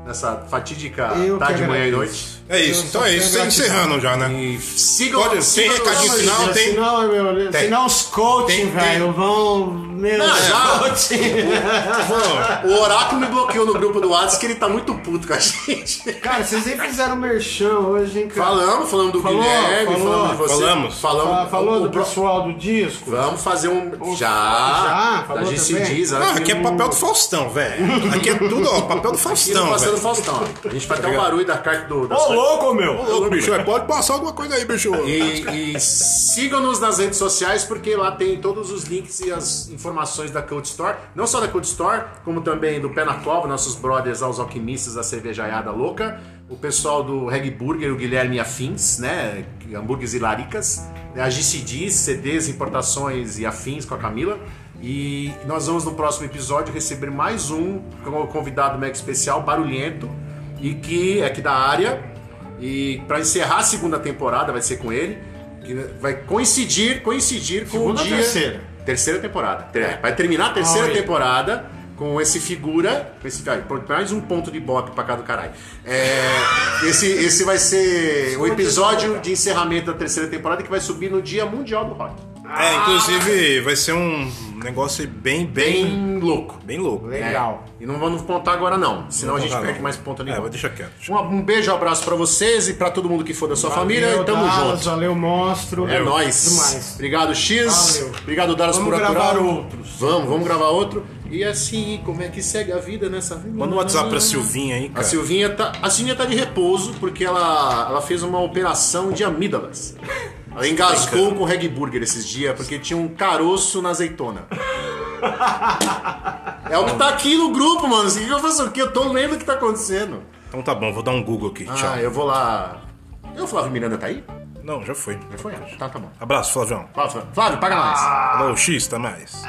Speaker 1: Nessa fatídica
Speaker 3: Eu
Speaker 1: tarde,
Speaker 3: que
Speaker 1: Tá manhã e
Speaker 3: agradeço.
Speaker 1: noite.
Speaker 2: É isso.
Speaker 3: Eu
Speaker 2: Então
Speaker 3: só
Speaker 2: é isso.
Speaker 3: tenho
Speaker 2: Tá encerrando já, né?
Speaker 1: E sigam,
Speaker 2: Olha,
Speaker 1: sigam
Speaker 2: tem recadinho
Speaker 1: nossas-
Speaker 2: final? tem-
Speaker 3: é, Senão, meu,
Speaker 2: tem.
Speaker 3: senão os
Speaker 2: Tem-
Speaker 3: coaching, velho,
Speaker 2: tem.
Speaker 3: vão. Meu,
Speaker 1: Não,
Speaker 3: os
Speaker 1: já.
Speaker 3: coaching.
Speaker 2: Vamos.
Speaker 1: O Oráculo me bloqueou no grupo do WhatsApp que ele tá muito puto com a gente.
Speaker 3: Cara, vocês nem fizeram merchan hoje, hein, cara?
Speaker 1: Falamos, falamos do
Speaker 3: Falou,
Speaker 1: Guilherme,
Speaker 3: falou.
Speaker 1: falamos de você.
Speaker 2: Falamos.
Speaker 3: Fala-
Speaker 1: Falamos.
Speaker 3: Falou
Speaker 1: o- o
Speaker 3: do
Speaker 1: pro-
Speaker 3: pessoal do disco?
Speaker 1: Vamos fazer um. Já!
Speaker 3: Já? Falou
Speaker 1: a gente se
Speaker 3: também?
Speaker 1: diz,
Speaker 2: Ah,
Speaker 1: antes.
Speaker 2: aqui é papel do Faustão, velho. Aqui é tudo, ó, papel
Speaker 1: E não
Speaker 2: do Faustão,
Speaker 1: passando
Speaker 2: velho. Tá
Speaker 1: Faustão. A gente vai ter um barulho da carta do. da
Speaker 3: Ô,
Speaker 1: sua-
Speaker 3: louco, meu!
Speaker 2: Ô, bicho, é, pode passar alguma coisa aí, bicho.
Speaker 1: E, e sigam-nos nas redes sociais, porque lá tem todos os links e as informações da Code Store. Não só da Code Store, como também do Pé na Cova, nossos brothers, aos alquimistas da cervejaiada louca. O pessoal do Reg Burger, o Guilherme e Afins, né? Hambúrgueres e Laricas. É A GCDs, CDs, importações e afins com a Camila. E nós vamos no próximo episódio receber mais um convidado mega especial, barulhento, e que é aqui da área. E pra encerrar a segunda temporada vai ser com ele, que vai coincidir, coincidir com
Speaker 3: Segunda
Speaker 1: o
Speaker 3: ou
Speaker 1: dia
Speaker 3: terceira?
Speaker 1: Terceira temporada. Ter- Vai terminar a terceira
Speaker 3: Ai.
Speaker 1: temporada com esse figura, com esse ai, pronto, mais um ponto de bop pra cá do caralho. É, esse esse vai ser o episódio de encerramento da terceira temporada que vai subir no Dia Mundial do Rock.
Speaker 2: É, inclusive, vai ser um negócio bem, bem,
Speaker 1: Bem louco.
Speaker 2: bem louco. É,
Speaker 1: né?
Speaker 3: Legal.
Speaker 1: E não vamos contar agora não, senão a gente
Speaker 2: contar,
Speaker 1: perde
Speaker 2: não.
Speaker 1: mais ponto
Speaker 2: É,
Speaker 1: nenhum.
Speaker 2: vou deixar quieto.
Speaker 1: um, um beijo, um abraço pra vocês e pra todo mundo que for da sua família.
Speaker 3: Valeu,
Speaker 1: E tamo
Speaker 3: Dallas,
Speaker 1: junto.
Speaker 3: Valeu, monstro.
Speaker 1: É nóis.
Speaker 3: Demais.
Speaker 1: Obrigado, X.
Speaker 3: Valeu.
Speaker 1: Obrigado, Daras,
Speaker 3: Vamos
Speaker 1: por
Speaker 3: gravar
Speaker 1: aturar.
Speaker 3: outros.
Speaker 1: Vamos, vamos gravar outro. E assim, como é que segue a vida nessa vida?
Speaker 2: Manda um WhatsApp pra Silvinha aí,
Speaker 1: A
Speaker 2: cara.
Speaker 1: Silvinha tá, a Silvinha tá de repouso porque ela, ela fez uma operação de amígdalas. Ela engasgou com o Reg Burger esses dias porque tinha um caroço na azeitona. É o que tá aqui no grupo, mano. Assim, eu faço o quê? Eu tô lendo o que tá acontecendo.
Speaker 2: Então tá bom, vou dar um Google aqui. Tchau.
Speaker 1: Ah, eu vou lá. Eu, Flávio Miranda, tá aí?
Speaker 2: Não, já foi.
Speaker 1: Já foi? Ah, Tá, tá bom.
Speaker 2: Abraço, Flavião.
Speaker 1: Flávio, Flávio, paga mais.
Speaker 2: Alô, X, tá mais.